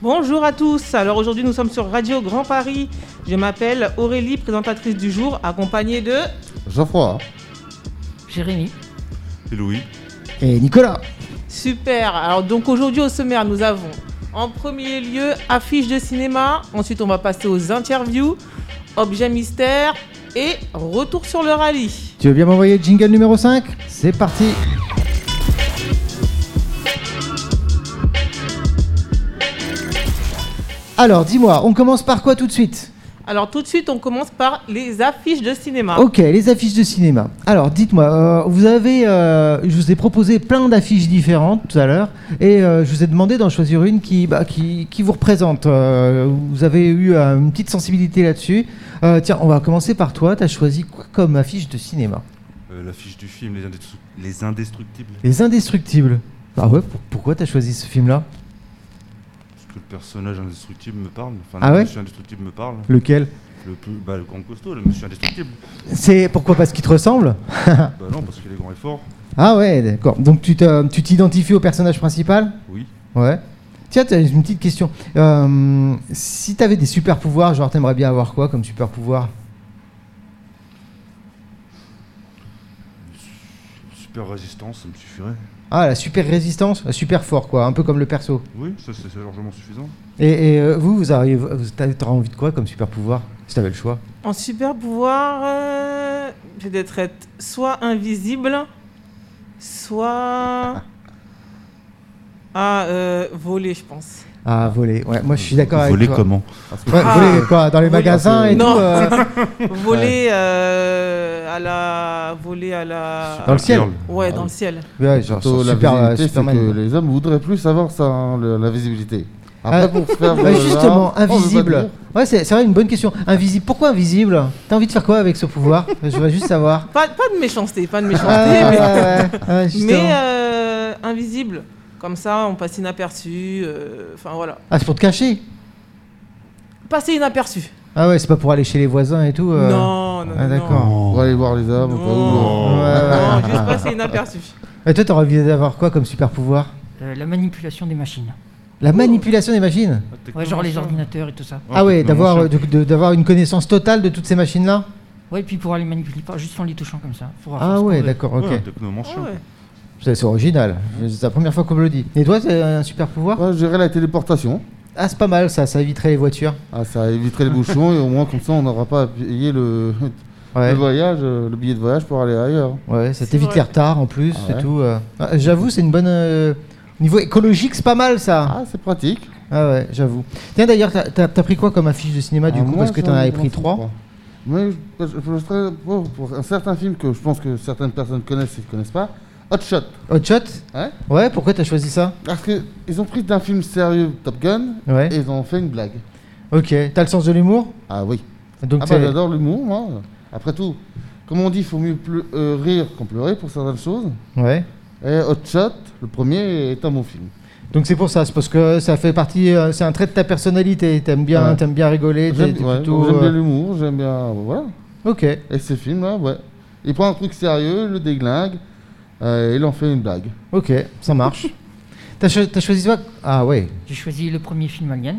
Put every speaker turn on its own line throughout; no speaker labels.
Bonjour à tous. Alors aujourd'hui, nous sommes sur Radio Grand Paris. Je m'appelle Aurélie, présentatrice du jour, accompagnée de
Geoffroy
Jérémy.
Et Louis.
et Nicolas.
Super. Alors donc aujourd'hui au sommaire, nous avons en premier lieu affiche de cinéma. Ensuite, on va passer aux interviews, objets mystères et retour sur le rallye.
Tu veux bien m'envoyer jingle numéro 5 C'est parti Alors dis-moi, on commence par quoi tout de suite
Alors tout de suite, on commence par les affiches de cinéma.
Ok, les affiches de cinéma. Alors dites-moi, euh, vous avez, euh, je vous ai proposé plein d'affiches différentes tout à l'heure et euh, je vous ai demandé d'en choisir une qui, bah, qui, qui vous représente. Euh, vous avez eu euh, une petite sensibilité là-dessus. Euh, tiens, on va commencer par toi. T'as choisi quoi comme affiche de cinéma
Euh, L'affiche du film, les, Indestru- Les Indestructibles.
Les Indestructibles. Ah ouais, pour- pourquoi t'as choisi ce film-là
Parce que le personnage indestructible me parle. Enfin,
Ah
le
ouais
monsieur indestructible me parle.
Lequel
Le, plus, bah, le grand costaud, le monsieur indestructible.
C'est pourquoi Parce qu'il te ressemble
bah non, parce qu'il est grand et fort.
Ah ouais, d'accord. Donc tu te- tu t'identifies au personnage principal
Oui.
Ouais. Tiens, t'as une petite question. Euh, si t'avais des super pouvoirs, genre t'aimerais bien avoir quoi comme super pouvoir
Super résistance, ça me suffirait.
Ah, la super résistance, la super fort quoi, un peu comme le perso.
Oui, ça c'est c'est largement suffisant.
Et, et, euh, vous, vous arrivez, vous- t'as- t'aurais envie de quoi comme super pouvoir Si t'avais le choix.
En super pouvoir, euh, j'ai d'être être soit invisible, soit ah euh, voler, je pense.
Ah, voler. Ouais, moi je suis d'accord avec toi.
comment
Ouais,
Ah.
Voler quoi Dans les
Voler,
magasins et
Non.
tout. euh,
Voler euh, à la voler à la
Ah,
Dans le ciel. Ah
ouais dans le ciel.
ouais, genre
Surtout la
super, euh,
visibilité, c'est
Superman,
que
quoi.
les hommes voudraient plus avoir ça, hein, le- la visibilité. Après,
Ah.
pour faire.
Bah,
euh,
justement,
là, on veut pas
invisible.
dire.
Ouais, c'est c'est vrai, une bonne question. Invisible, pourquoi invisible T'as envie de faire quoi avec ce pouvoir Je voudrais juste savoir.
Pas pas de méchanceté, pas de méchanceté,
Ah, ouais,
mais,
ouais, ouais, ouais, justement.
mais, euh, invisible. Comme ça, on passe inaperçu. euh, Enfin voilà,
Ah, c'est pour te cacher
passer inaperçu.
Ah ouais, c'est pas pour aller chez les voisins et tout. euh.
Non, non,
ah,
non,
d'accord.
non.
On va aller voir les hommes. au cas où. euh,
Non.
Ouais, ouais.
Non, juste passer inaperçu.
Et toi, t'aurais envie d'avoir quoi comme super pouvoir
Euh, la manipulation des machines.
La manipulation des machines
Ouais, genre les ordinateurs et tout ça.
Ah ouais, d'avoir euh, de- de- d'avoir une connaissance totale de toutes ces machines-là
Ouais, et puis pouvoir les manipuler, pas juste en les touchant comme ça. Pouvoir faire
Ah
ce qu'on
ouais,
veut.
d'accord, ok.
Ouais,
Ah
technomancien.
ouais.
C'est c'est original. C'est la première fois qu'on me le dit. Et toi, c'est un super pouvoir
Moi, je dirais la téléportation.
Ah, c'est pas mal ça, ça éviterait les voitures.
Ah, ça éviterait les bouchons et au moins, comme ça, on n'aura pas à payer le,
Ouais,
le
Eh ben,
voyage, euh, le billet de voyage pour aller ailleurs.
ouais ça
C'est
t'évite
vrai.
les retards en plus
Ah
et
ouais.
tout. euh. Ah, J'avoue, c'est une bonne. euh, Niveau écologique, c'est pas mal ça.
Ah, c'est pratique.
Ah ouais, j'avoue. Tiens d'ailleurs, t'as- t'as t'as pris quoi comme affiche de cinéma Bah, du
Ah,
coup
moi,
Parce que
ça,
t'en avais
j'en
pris
ai
trois.
Mais je, je- je serais pour, pour un certain film que je pense que certaines personnes connaissent et ne connaissent pas, Hot Shot.
Hot Shot
Ouais.
Ouais, pourquoi t'as choisi ça
Parce qu'ils ont pris d'un film sérieux Top Gun
Ouais.
et ils ont fait une blague.
Ok, t'as le sens de l'humour
Ah oui.
Donc
Ah bah,
t'es-
j'adore l'humour, moi. Après tout, comme on dit, il faut mieux pleu- euh, rire qu'en pleurer pour certaines choses.
Ouais.
Et Hot Shot, le premier, est un bon film.
Donc c'est pour ça, c'est parce que ça fait partie, euh, c'est un trait de ta personnalité. T'aimes bien,
Ouais.
t'aimes bien rigoler, t'es
J'aime
t'es
ouais,
plutôt.
j'aime bien
euh,
l'humour, j'aime bien. Voilà.
Ok.
Et ces films-là, ouais. Il prend un truc sérieux, le déglingue, euh, et il en fait une blague.
Ok, ça marche. T'as cho- t'as choisi quoi Ah ouais.
J'ai choisi le premier film Alien.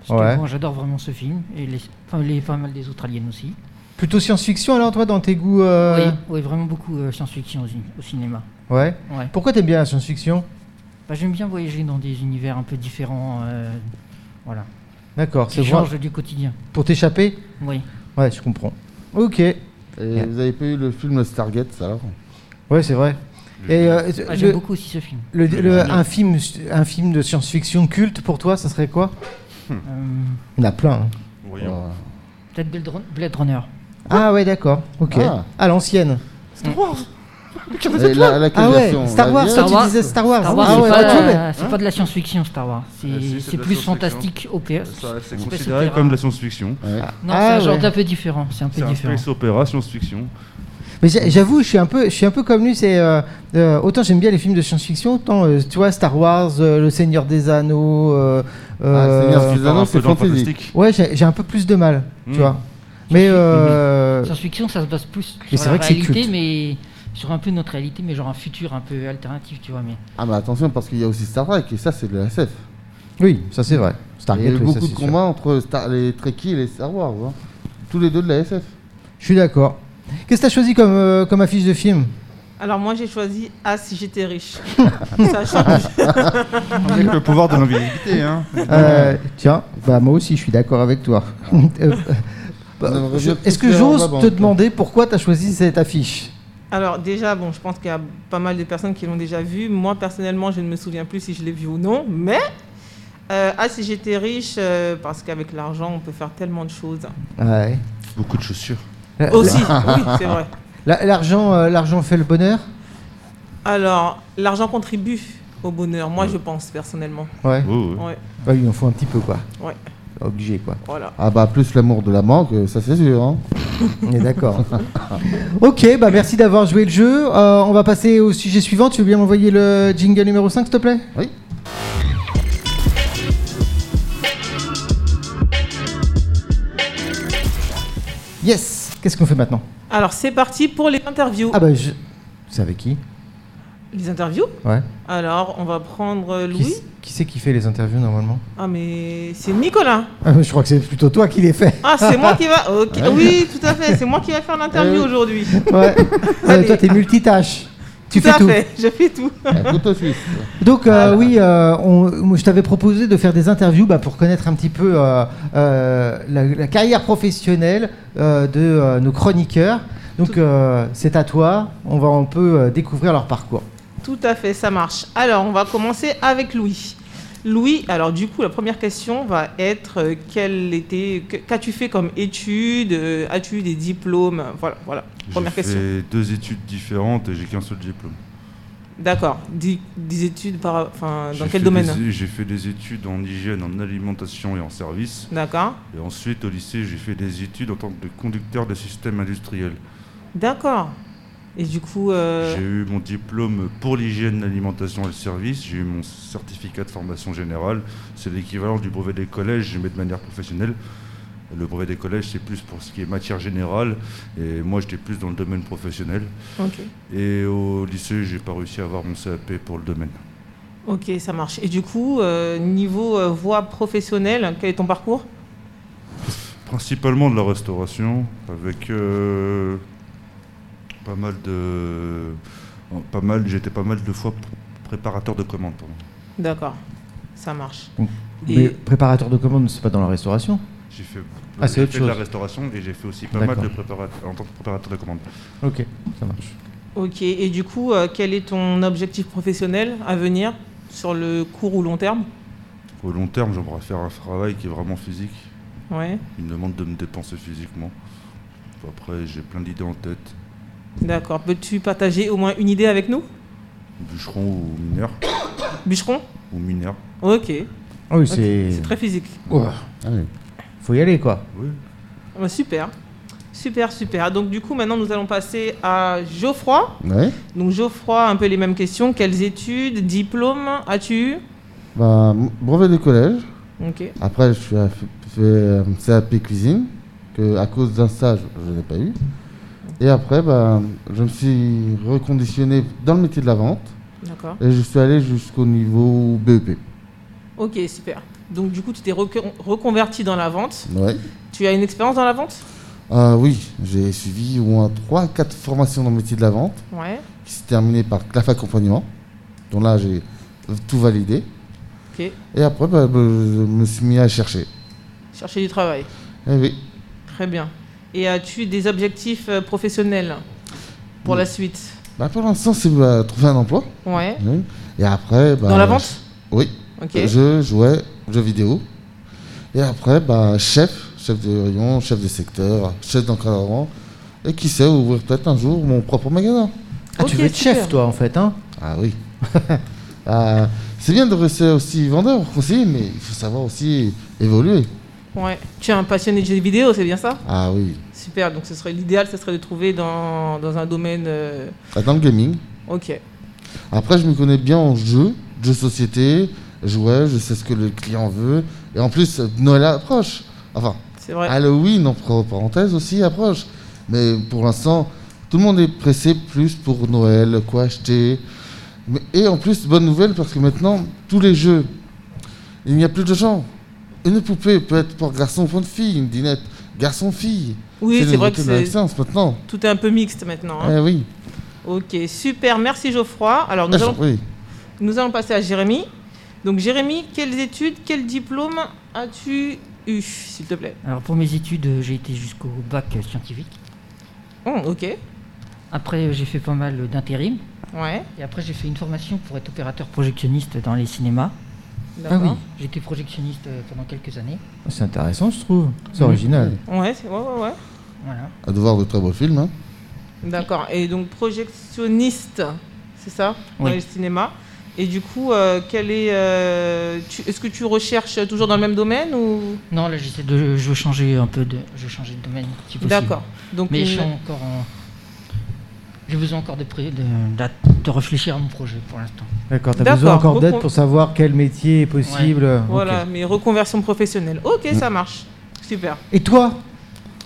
Parce que
Ouais.
bon, j'adore vraiment ce film. Et les, enfin, les, pas mal des autres aliens aussi.
Plutôt science-fiction alors toi dans tes goûts. euh,
Oui, oui, vraiment beaucoup euh, science-fiction au, cin- au cinéma.
Ouais.
Ouais.
Pourquoi t'aimes bien la science-fiction
Bah, J'aime bien voyager dans des univers un peu différents. euh, voilà.
D'accord, c'est
Qui
vrai.
changent du quotidien.
Pour t'échapper
Oui.
Ouais, je comprends. Ok.
Et
Ouais.
vous avez pas eu le film Stargate, alors
Ouais, c'est vrai. Et euh,
Ah,
le-
J'aime beaucoup aussi ce film.
le- le- un film, un film de science-fiction culte pour toi, ça serait quoi
Euh,
Il y en a plein. hein.
Voyons.
Euh,
Peut-être Blade Run- Blade Runner.
Ah ouais, d'accord. Ok.
Ah.
À l'ancienne.
et la, la
Ah ouais,
question,
Star
la
Wars,
vieille-
toi
Star
tu
Wars.
disais Star Wars.
Star Wars,
ah
c'est
ouais,
pas,
ouais, tu vois,
euh, c'est pas de la science-fiction, Star Wars. C'est
Ah, si, c'est de
c'est
la
plus
science-fiction.
fantastique, OPS.
Ça, c'est
space
considéré
opéra.
comme de la science-fiction.
Ouais.
Non,
Ah,
c'est un
ouais.
genre un peu différent. C'est un
C'est
peu
un
différent.
space opéra, science-fiction.
Mais j'a- j'avoue, je suis un peu, je suis un peu comme lui. C'est euh, euh, autant j'aime bien les films de science-fiction, autant euh, tu vois Star Wars, euh, Le Seigneur des Anneaux. euh, euh,
Seigneur des
On part
Anneaux,
un peu
c'est
dans le
fantasy.
fantastique.
ouais, j'ai j'ai un peu plus de mal, tu
Mmh.
Mm.
vois. Mais euh,
Science-fiction, ça se base plus
Mais
sur
c'est
la
vrai que c'est
réalité,
culte.
mais sur un peu notre réalité, mais genre un futur un peu alternatif, tu vois. Mais
Ah, mais attention, parce qu'il y a aussi Star Trek, et ça, c'est de la SF.
Oui, ça c'est vrai.
Il y a eu
Stargate, oui, ça, c'est
beaucoup de
sûr.
combats entre Star- les Trekkies et les Star Wars. hein. Tous les deux de la SF.
Je suis d'accord. Qu'est-ce que tu as choisi comme, euh, comme affiche de film
Alors moi j'ai choisi Ah si j'étais riche. Sachant que
Avec le pouvoir de l'invisibilité, hein.
Euh, Tiens, bah, moi aussi je suis d'accord avec toi. Euh, bah,
On aimerait
je-
bien
Est-ce que
pousser en
j'ose
avant,
te
toi.
demander pourquoi tu as choisi cette affiche
Alors déjà, bon, je pense qu'il y a pas mal de personnes qui l'ont déjà vu. Moi, personnellement, je ne me souviens plus si je l'ai vu ou non. Mais, euh, ah, si j'étais riche, euh, parce qu'avec l'argent, on peut faire tellement de choses.
Ouais.
Beaucoup de chaussures.
La-
Aussi, oui, c'est vrai.
la- L'argent euh, l'argent fait le bonheur
Alors, l'argent contribue au bonheur, moi, je pense, personnellement.
Ouais.
Oui, oui.
Ouais,
Ouais, il en faut un petit peu quoi.
Ouais.
Obligé quoi.
voilà.
Ah bah plus l'amour de la manque, ça c'est sûr. hein.
On est d'accord. ok, bah merci d'avoir joué le jeu. Euh, on va passer au sujet suivant. Tu veux bien m'envoyer le jingle numéro 5 s'il te plaît
Oui.
Yes Qu'est-ce qu'on fait maintenant
Alors, c'est parti pour les interviews.
Ah bah je... C'est avec qui
Les interviews
Ouais.
Alors, on va prendre euh,
Qui,
Louis.
c- qui c'est qui fait les interviews normalement
Ah, mais c'est Nicolas.
Ah, Je crois que c'est plutôt toi qui les fais.
Ah, c'est moi qui va... Ok, Oui, tout à fait, c'est moi qui va faire l'interview aujourd'hui.
Ouais. Euh, toi,
Allez.
t'es multitâche. Tu
tout
fais
à
tout.
fait, je fais tout.
Un couteau suisse.
Donc euh, oui, euh, on- moi, je t'avais proposé de faire des interviews bah, pour connaître un petit peu euh, euh, la, la carrière professionnelle euh, de euh, nos chroniqueurs. Donc euh, c'est à toi, on va un peu euh, découvrir leur parcours.
Tout à fait, ça marche. Alors, on va commencer avec Louis. Louis, alors du coup, la première question va être euh, quelle était, que- qu'as-tu fait comme études euh, As-tu eu des diplômes Voilà, voilà. Première
j'ai
question.
fait deux études différentes et j'ai qu'un seul diplôme.
D'accord. Des, des études par, enfin,
J'ai
dans
fait
quel domaine
des- J'ai fait des études en hygiène, en alimentation et en service.
D'accord.
Et ensuite, au lycée, j'ai fait des études en tant que conducteur de système industriel.
D'accord. Et du coup, euh,
J'ai eu mon diplôme pour l'hygiène, l'alimentation et le service. J'ai eu mon certificat de formation générale. C'est l'équivalent du brevet des collèges, mais de manière professionnelle. Le brevet des collèges, c'est plus pour ce qui est matière générale. Et moi, j'étais plus dans le domaine professionnel.
ok.
Et au lycée, j'ai pas réussi à avoir mon CAP pour le domaine.
Ok, ça marche. Et du coup, euh, niveau euh, voie professionnelle, quel est ton parcours
Principalement de la restauration, avec euh, pas mal de, pas mal, j'étais pas mal de fois pr- préparateur de commandes. pardon.
D'accord. Ça marche. Et-
Mais préparateur de commandes, c'est pas dans la restauration
J'ai fait,
Ah, c'est
j'ai
autre
fait de la
chose.
restauration et j'ai fait aussi pas mal
D'accord.
de préparateur en tant que préparateur de commandes.
Ok, ça marche.
Ok, et du coup, euh, quel est ton objectif professionnel à venir sur le court ou long terme
Au long terme, j'aimerais faire un travail qui est vraiment physique.
Ouais,
Il me demande de me dépenser physiquement. Après, j'ai plein d'idées en tête.
d'accord. Peux-tu partager au moins une idée avec nous
Bûcheron ou mineur
Bûcheron
ou mineur.
Ok,
Ah oui,
Ok,
c'est...
c'est très physique.
Oh,
Allez.
faut y aller quoi.
Oui.
Ah bah, super, super, super. Donc du coup, maintenant, nous allons passer à Geoffroy.
Ouais.
Donc Geoffroy, un peu les mêmes questions. Quelles études, diplômes as-tu eu
Bah, m- brevet des collèges.
Ok,
Après, je suis à- fait euh, CAP cuisine, que à cause d'un stage, je n'ai pas eu. Et après, bah, je me suis reconditionné dans le métier de la vente
d'accord.
et je suis allé jusqu'au niveau E BEP.
Ok, super. Donc du coup, tu t'es recon- reconverti dans la vente.
Ouais.
Tu as une expérience dans la vente
Ah oui, j'ai suivi au moins 3-4 formations dans le métier de la vente
Ouais,
qui s'est terminé par CLAF Accompagnement, dont là j'ai tout validé.
ok.
Et après, bah, bah, je me suis mis à chercher.
Chercher du travail.
Eh oui.
Très bien. Et as-tu des objectifs euh, professionnels pour la suite
Bah, pour l'instant, c'est bah, trouver un emploi.
Ouais.
Oui. Et après. bah, euh,
Dans la vente
Oui.
Ok.
Je jouais aux jeux vidéo. Et après, bah, chef, chef de rayon, chef de secteur, chef d'encadrement. Et qui sait, ouvrir peut-être un jour mon propre magasin.
Ah, tu
Ok,
veux être chef
super.
toi en fait, hein
Ah oui. Ah, c'est bien de rester aussi vendeur, conseiller, mais il faut savoir aussi évoluer.
Ouais. Tu es un passionné de jeux vidéo, c'est bien ça
Ah oui.
Super. Donc ce serait l'idéal, ce serait de trouver dans, dans un domaine. euh,
Bah, Dans le gaming.
Ok.
Après, je me connais bien en jeu, jeu société, jouets, je sais ce que le client veut. Et en plus, euh, Noël approche. Enfin,
C'est vrai.
Ah, Halloween, entre parenthèses, aussi approche. Mais pour l'instant, tout le monde est pressé plus pour Noël, quoi acheter. Mais- Et en plus, bonne nouvelle, parce que maintenant, tous les jeux Il n'y a plus de genre. Une poupée peut être pour garçon ou pour une fille, une dinette garçon-fille.
Oui, c'est
le
vrai que
retour de la
c'est-
licence maintenant.
tout est un peu mixte maintenant. hein.
Eh oui.
Ok, super, merci Geoffroy. Alors nous
Ah,
allons,
oui.
nous allons passer à Jérémy. Donc Jérémy, quelles études, quel diplôme as-tu eu, s'il te plaît
Alors pour mes études, euh, j'ai été jusqu'au bac euh, scientifique.
Hum, Ok,
Après, euh, j'ai fait pas mal euh, d'intérim.
ouais,
Et après, j'ai fait une formation pour être opérateur projectionniste dans les cinémas. Ah
d'accord.
J'étais projectionniste euh, pendant quelques années.
C'est intéressant, je trouve. C'est
Oui.
original.
Ouais, c'est- ouais, ouais, ouais.
Voilà.
À de voir de très beaux films. hein.
D'accord. Et donc projectionniste, c'est ça Dans
Oui.
les cinémas. Et du coup, euh, quel est, euh, tu- est-ce que tu recherches toujours dans le même domaine ou
Non, là, j'essaie de, je veux changer un peu de, je veux changer de domaine si possible.
D'accord. Donc
Mais
une-
je suis encore en, j'ai besoin encore de, pré- de, d'a- de réfléchir à mon projet pour l'instant.
D'accord, t'as
D'accord,
besoin encore d'aide
beaucoup.
pour savoir quel métier est possible. Ok.
voilà, mes reconversions professionnelles. Ok,
Mm.
ça marche. Super.
Et toi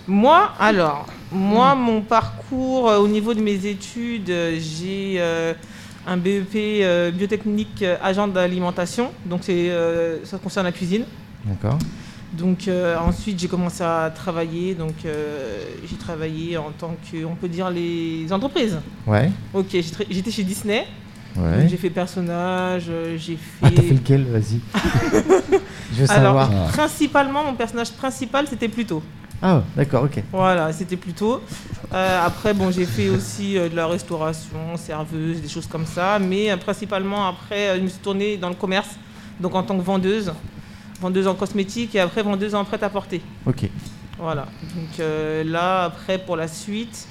Moi, alors, moi,
Mm.
mon parcours euh, au niveau de mes études, euh, j'ai euh, un BEP euh, biotechnique euh, agent d'alimentation, donc c'est, euh, ça concerne la cuisine.
D'accord.
Donc euh, ensuite j'ai commencé à travailler, donc euh, j'ai travaillé en tant que, on peut dire les entreprises.
Ouais.
Ok, j'ai tra- j'étais chez Disney, donc
Ouais.
j'ai fait personnage, euh, j'ai fait.
Ah, t'as fait lequel Vas-y. je veux
Alors
savoir.
principalement mon personnage principal c'était Pluto.
Ah, d'accord, ok.
Voilà, c'était Pluto. Euh, après bon j'ai fait aussi euh, de la restauration, serveuse, des choses comme ça, mais euh, principalement après euh, je me suis tournée dans le commerce, donc en tant que vendeuse, vendeuse en cosmétique et après vendeuse en prêt à porter.
Ok.
Voilà. Donc euh, là, après, pour la suite,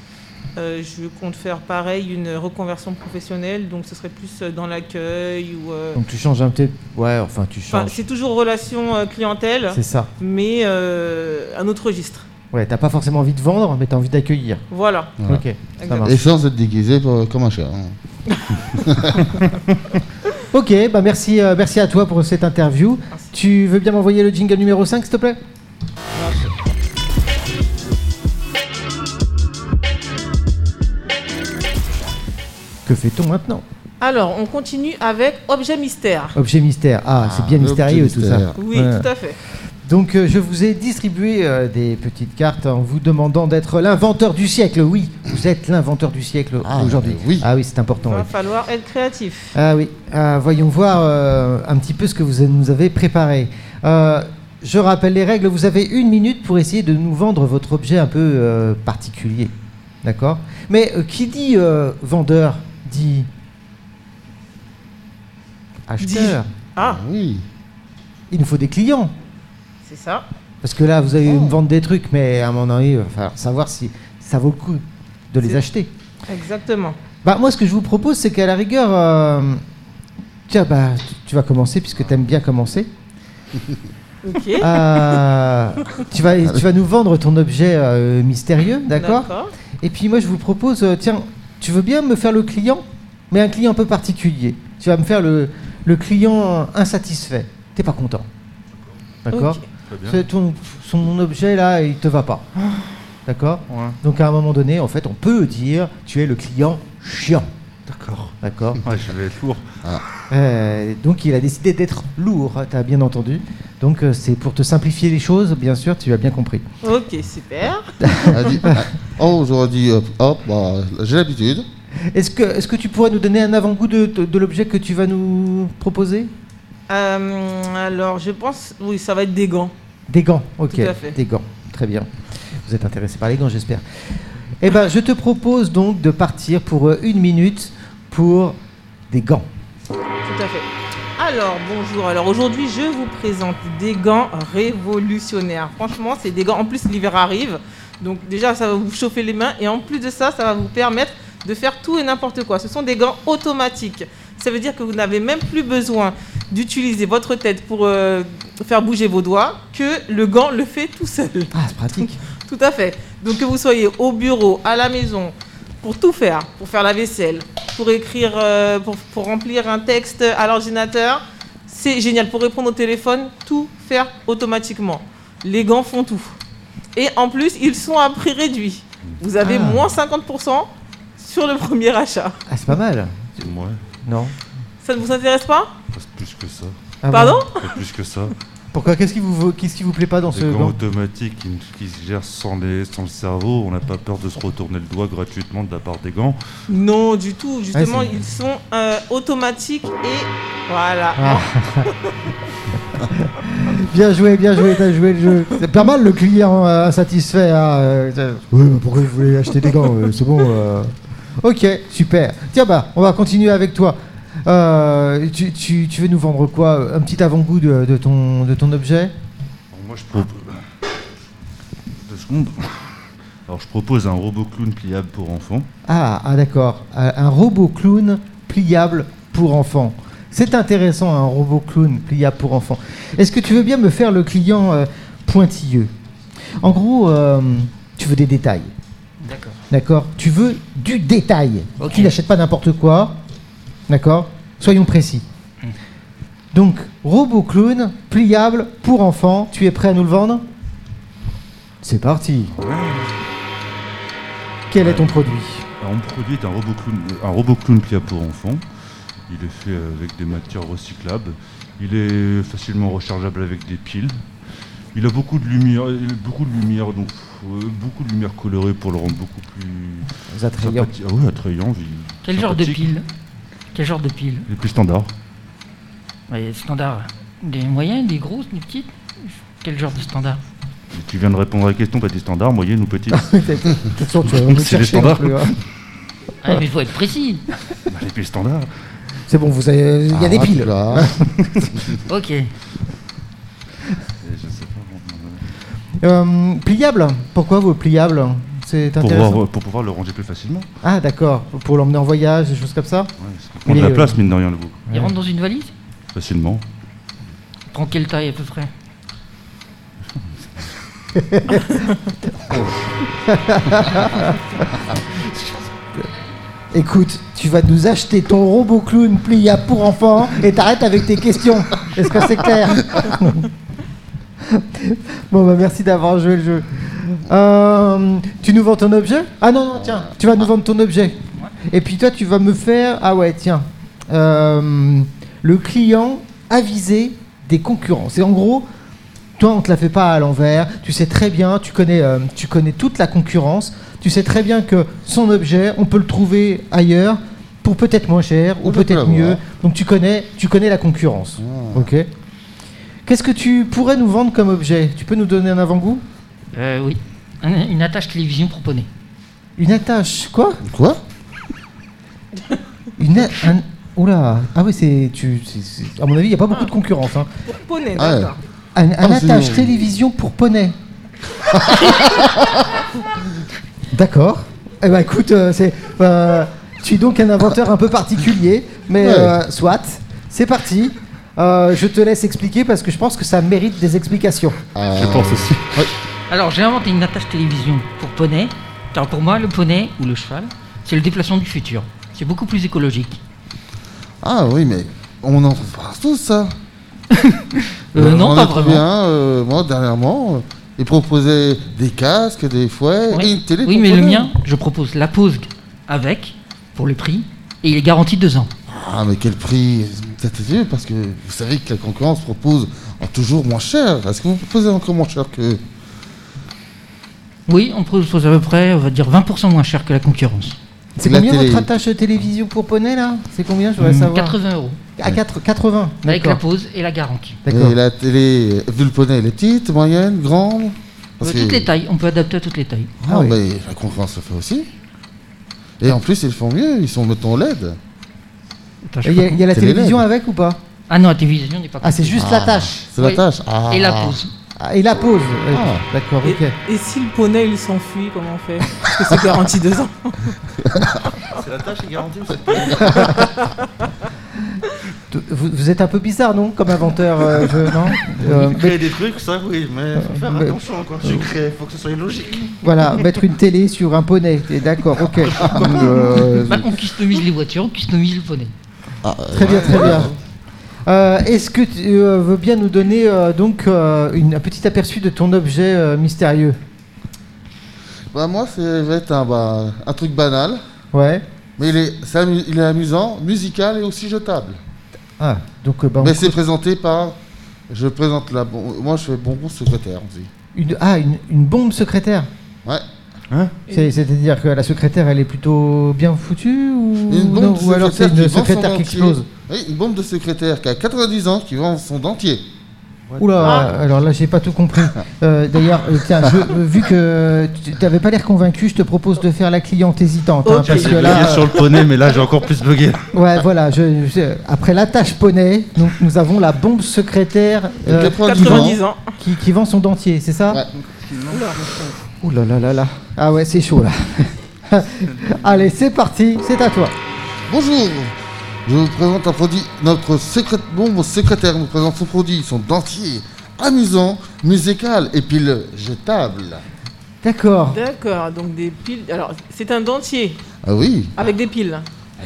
euh, je compte faire pareil, une reconversion professionnelle. Donc ce serait plus euh, dans l'accueil ou. euh,
Donc tu changes un petit. Ouais, enfin tu
Enfin,
changes.
c'est toujours relation euh, clientèle,
C'est ça.
mais euh, un autre registre.
Ouais, t'as pas forcément envie de vendre, mais t'as envie d'accueillir.
Voilà.
Voilà.
Ok, ça
Exactement.
marche.
Et sans être déguisé pour- comme un chat. hein.
Ok, bah merci, euh, merci à toi pour cette interview.
Merci.
Tu veux bien m'envoyer le jingle numéro 5, s'il te plaît Que fait-on maintenant
Alors, on continue avec objet mystère.
Objet mystère. Ah, c'est bien
Ah,
mystérieux
l'objet
tout ça.
mystère.
Oui,
Ouais.
tout à fait.
Donc euh, je vous ai distribué euh, des petites cartes en vous demandant d'être l'inventeur du siècle. Oui, vous êtes l'inventeur du siècle
Ah,
aujourd'hui.
euh, oui.
Ah oui, c'est important.
Il
oui.
va falloir être créatif.
Ah oui, Ah, voyons voir euh, un petit peu ce que vous nous avez préparé. Euh, je rappelle les règles, vous avez une minute pour essayer de nous vendre votre objet un peu euh, particulier. D'accord Mais euh, qui dit euh, vendeur dit acheteur.
Ah,
Oui.
Il nous faut des clients.
c'est ça.
Parce que là, vous allez
Oh.
me vendre des trucs, mais à un moment donné, il va falloir savoir si ça vaut le coup de les
C'est-
acheter.
Exactement.
Bah, moi, ce que je vous propose, c'est qu'à la rigueur. euh, Tiens, bah, tu- tu vas commencer, puisque tu aimes bien commencer.
Ok.
Ah, Euh, tu, vas, tu vas nous vendre ton objet euh, mystérieux, d'accord Et puis moi, je vous propose, euh, tiens, tu veux bien me faire le client, mais un client un peu particulier. Tu vas me faire le, le client euh, insatisfait. T'es pas content, d'accord
Ok.
Très bien.
C'est Ton, son objet là, il te va pas, d'accord
Ouais.
Donc à un moment donné, en fait, on peut dire, tu es le client chiant,
D'accord.
d'accord
Ouais, Ah, je vais être lourd.
Euh, donc il a décidé d'être lourd, hein, t'as bien entendu. Donc euh, c'est pour te simplifier les choses, bien sûr, tu as bien compris.
Ok, super.
Elle dit, ah, oh, j'aurais dit, hop, hop, bah, j'ai l'habitude.
Est-ce que, est-ce que tu pourrais nous donner un avant-goût de, de- de l'objet que tu vas nous proposer
Euh, alors, je pense, oui, ça va être des gants.
Des gants, ok.
Tout à fait.
Des gants, très bien. Vous êtes intéressé par les gants, j'espère. Eh ben, je te propose donc de partir pour euh, une minute pour des gants.
Tout à fait. Alors, bonjour. Alors, aujourd'hui, je vous présente des gants révolutionnaires. Franchement, c'est des gants. En plus, l'hiver arrive. Donc, déjà, ça va vous chauffer les mains. Et en plus de ça, ça va vous permettre de faire tout et n'importe quoi. Ce sont des gants automatiques. Ça veut dire que vous n'avez même plus besoin d'utiliser votre tête pour euh, faire bouger vos doigts, que le gant le fait tout seul.
Ah, c'est pratique.
Tout à fait. Donc que vous soyez au bureau, à la maison, pour tout faire, pour faire la vaisselle, pour écrire, euh, pour, pour remplir un texte à l'ordinateur, c'est génial. Pour répondre au téléphone, tout faire automatiquement. Les gants font tout. Et en plus, ils sont à prix réduit. Vous avez
Ah.
moins 50% sur le premier achat.
Ah, c'est pas mal.
Moi,
Non
Ça ne vous intéresse pas
pas plus que ça.
Ah bon.
Pardon
pas plus que ça.
Pourquoi Qu'est-ce qui vous qu'est-ce qui vous plaît pas dans
Des
ce
gants
gant
automatiques qui, qui se gèrent sans, les- sans le cerveau, on n'a pas peur de se retourner le doigt gratuitement de la part des gants.
Non, du tout. Justement,
Ouais, Ah, c'est-
ils sont euh, automatiques et voilà.
Ah. Bien joué, bien joué, t'as joué le jeu. C'est pas mal le client euh, insatisfait. hein, euh, c'est- oui, mais pourquoi vous voulez acheter des gants euh, C'est bon. euh. Ok, super. Tiens, bah, on va continuer avec toi. Euh, tu, tu- tu veux nous vendre quoi Un petit avant-goût de, de ton, de ton objet
Alors, moi, je propose. Deux secondes. Alors, je propose un robot clown pliable pour enfants.
Ah, ah, d'accord. Un un robot clown pliable pour enfants. C'est intéressant, un robot clown pliable pour enfants. Est-ce que tu veux bien me faire le client euh, pointilleux En gros, euh, tu veux des détails.
D'accord.
D'accord Tu veux du détail.
Ok.
Tu n'achètes pas n'importe quoi. D'accord Soyons précis. Donc, robot clown, pliable, pour enfants, tu es prêt à nous le vendre C'est parti. Quel est ton produit
Alors, on produit un robot clown, un robot clown pliable pour enfants. Il est fait avec des matières recyclables. Il est facilement rechargeable avec des piles. Il a beaucoup de lumière, il a beaucoup de lumière, donc euh, beaucoup de lumière colorée pour le rendre beaucoup plus
Les attrayants.
sympathique. Ah oui, attrayant. vi-
Quel genre de
sympathique.
pile Quel genre de pile
Les plus standards.
Ouais, Standard. Des moyennes, des grosses, des petites Quel genre de standard
Si Tu viens de répondre à la question, pas des standards, moyenne ou petite.
De toute façon, tu vas nous
C'est
chercher
les standards.
non plus, hein.
Ah, mais il faut être précis.
Bah, les plus standards.
C'est bon, vous avez- il y a
Ah,
Ah,
des piles.
Là.
Ok.
Et je sais pas,
Euh, pliable Pourquoi vous pliable C'est
pour,
intéressant.
pouvoir, pour pouvoir le ranger plus facilement.
Ah, d'accord. Pour l'emmener en voyage, des choses comme ça
Ouais, parce qu'il prend de
Mais,
la
euh,
place, mine de rien, le bout.
Il rentre dans une valise
Facilement.
Prends quelle taille à peu près
Écoute, tu vas nous acheter ton robot clown pliable pour enfants et t'arrêtes avec tes questions. Est-ce que c'est clair Bon, bah merci d'avoir joué le jeu. Euh, tu nous vends ton objet Ah non, non, tiens, tu vas nous vendre ton objet. Et puis toi, tu vas me faire. Ah ouais, tiens. Euh, le client avisé des concurrents. C'est en gros, toi, on te la fait pas à l'envers. Tu sais très bien, tu connais, euh, tu connais toute la concurrence. Tu sais très bien que son objet, on peut le trouver ailleurs pour peut-être moins cher ou
On peut
peut-être
l'avoir. Ah.
mieux. Donc tu connais, tu connais la concurrence. Ok. Qu'est-ce que tu pourrais nous vendre comme objet Tu peux nous donner un avant-goût
Euh, oui. Un- Une attache télévision proponée.
Une attache Quoi
Quoi
Une a- un- Oula Ah oui, c'est. Tu... c'est- c'est- À mon avis, il n'y a pas beaucoup de concurrence. hein.
Pour poney,
Ah ouais.
d'accord.
Un, un
Ah, c'est
attache
une-
télévision pour poney. D'accord. Eh ben écoute, euh, c'est. euh, tu es donc un inventeur un peu particulier, mais
Ouais.
euh, soit. C'est parti. Euh, je te laisse expliquer parce que je pense que ça mérite des explications.
Euh,
Je pense aussi.
Alors, j'ai inventé une attache télévision pour poney, car pour moi, le poney ou le cheval, c'est le déplacement du futur. C'est beaucoup plus écologique.
Ah oui, mais on en trouve partout ça.
Euh,
Euh,
non,
on
pas
a trouvé
vraiment.
un, euh, moi, dernièrement, euh, ils proposaient des casques, des fouets
Oui.
et une télé.
oui, mais le
portable.
mien, je propose la pose avec, pour le prix, et il est garanti deux ans.
Ah, mais quel prix Ça t'est vu Parce que vous savez que la concurrence propose en toujours moins cher. Est-ce que vous proposez encore moins cher que. euh,
Oui, on propose à peu près, on va dire, 20% moins cher que la concurrence.
C'est
La
combien
télé. Hmm.
votre attache télévision pour poney là C'est combien Je voudrais
Hum,
savoir.
80 euros.
À quatre- 80.
Avec la
D'accord.
pose et la garantie.
D'accord.
Et la télé, euh, vu le poney, elle est petite, moyenne, grande
Euh, toutes les tailles, on peut adapter à toutes les tailles.
Ah,
Ah oui.
mais la concurrence le fait aussi. Et en plus, ils le font mieux, ils sont, mettons, LED.
Attends, je
Il y, a-
sais pas
il y a la
C'est les
télévision
LED.
avec ou pas
comment- Ah non, la télévision n'est pas
Ah, c'est juste
Ah.
l'attache.
C'est
Oui.
la tâche. Ah.
Et la pose.
Ah, et la pause. Euh,
Ah.
D'accord,
Et,
ok.
et si le poney il s'enfuit, comment on fait Parce que c'est garanti deux ans.
C'est la tâche est garantie
T- Vous, vous êtes un peu bizarre, non Comme inventeur, euh, je- non Euh, mais- Euh,
Créer des trucs, ça oui, mais faut faire
mais- Euh.
attention quoi. Tu crées, faut que ce soit logique.
Voilà, mettre une télé sur un poney. Et D'accord, ok.
Ah,
Euh,
Bah, on customise les voitures, on customise le poney.
Ah,
très bien, très bien. Euh, Est-ce que tu euh, veux bien nous donner euh, donc euh, une- un petit aperçu de ton objet euh, mystérieux
Bah, moi, c'est va être un, bah, un truc banal.
Ouais.
Mais il est, c'est amu- il est amusant, musical et aussi jetable.
Ah, donc euh, bah, on
Mais c'est présenté par. Je présente la. bon- Moi, je fais bonbon secrétaire. on dit.
une, ah, une, une bombe secrétaire.
Ouais.
Hein
C'est- C'est-à-dire que la secrétaire, elle est plutôt bien foutue ou,
Une bombe
non,
de
ou alors c'est
secrétaire
une
qui vend son
secrétaire qui
dentier.
explose
Oui, une bombe de secrétaire qui a 90 ans, qui vend son dentier.
Oula,
Ah.
alors là, j'ai pas tout compris. Euh, D'ailleurs, euh, tiens, je- euh, vu que tu t'avais pas l'air convaincu, je te propose de faire la cliente hésitante. hein,
Ok.
parce que
J'ai
là,
bugué sur le poney, mais là j'ai encore plus bugué.
euh, ouais, voilà, je- je- après l'attache poney, donc nous avons la bombe secrétaire euh,
90
90 ans.
qui, qui vend son dentier, c'est ça
Ouais.
Ouh là là là là. Ah ouais, c'est chaud là. Allez, c'est parti, c'est à toi.
Bonjour Je vous présente un produit, notre secré- bon, secrétaire nous présente son produit, son dentier, amusant, musical et pile jetable.
D'accord.
D'accord, donc des piles. Alors, c'est un dentier
Ah oui,
avec des piles.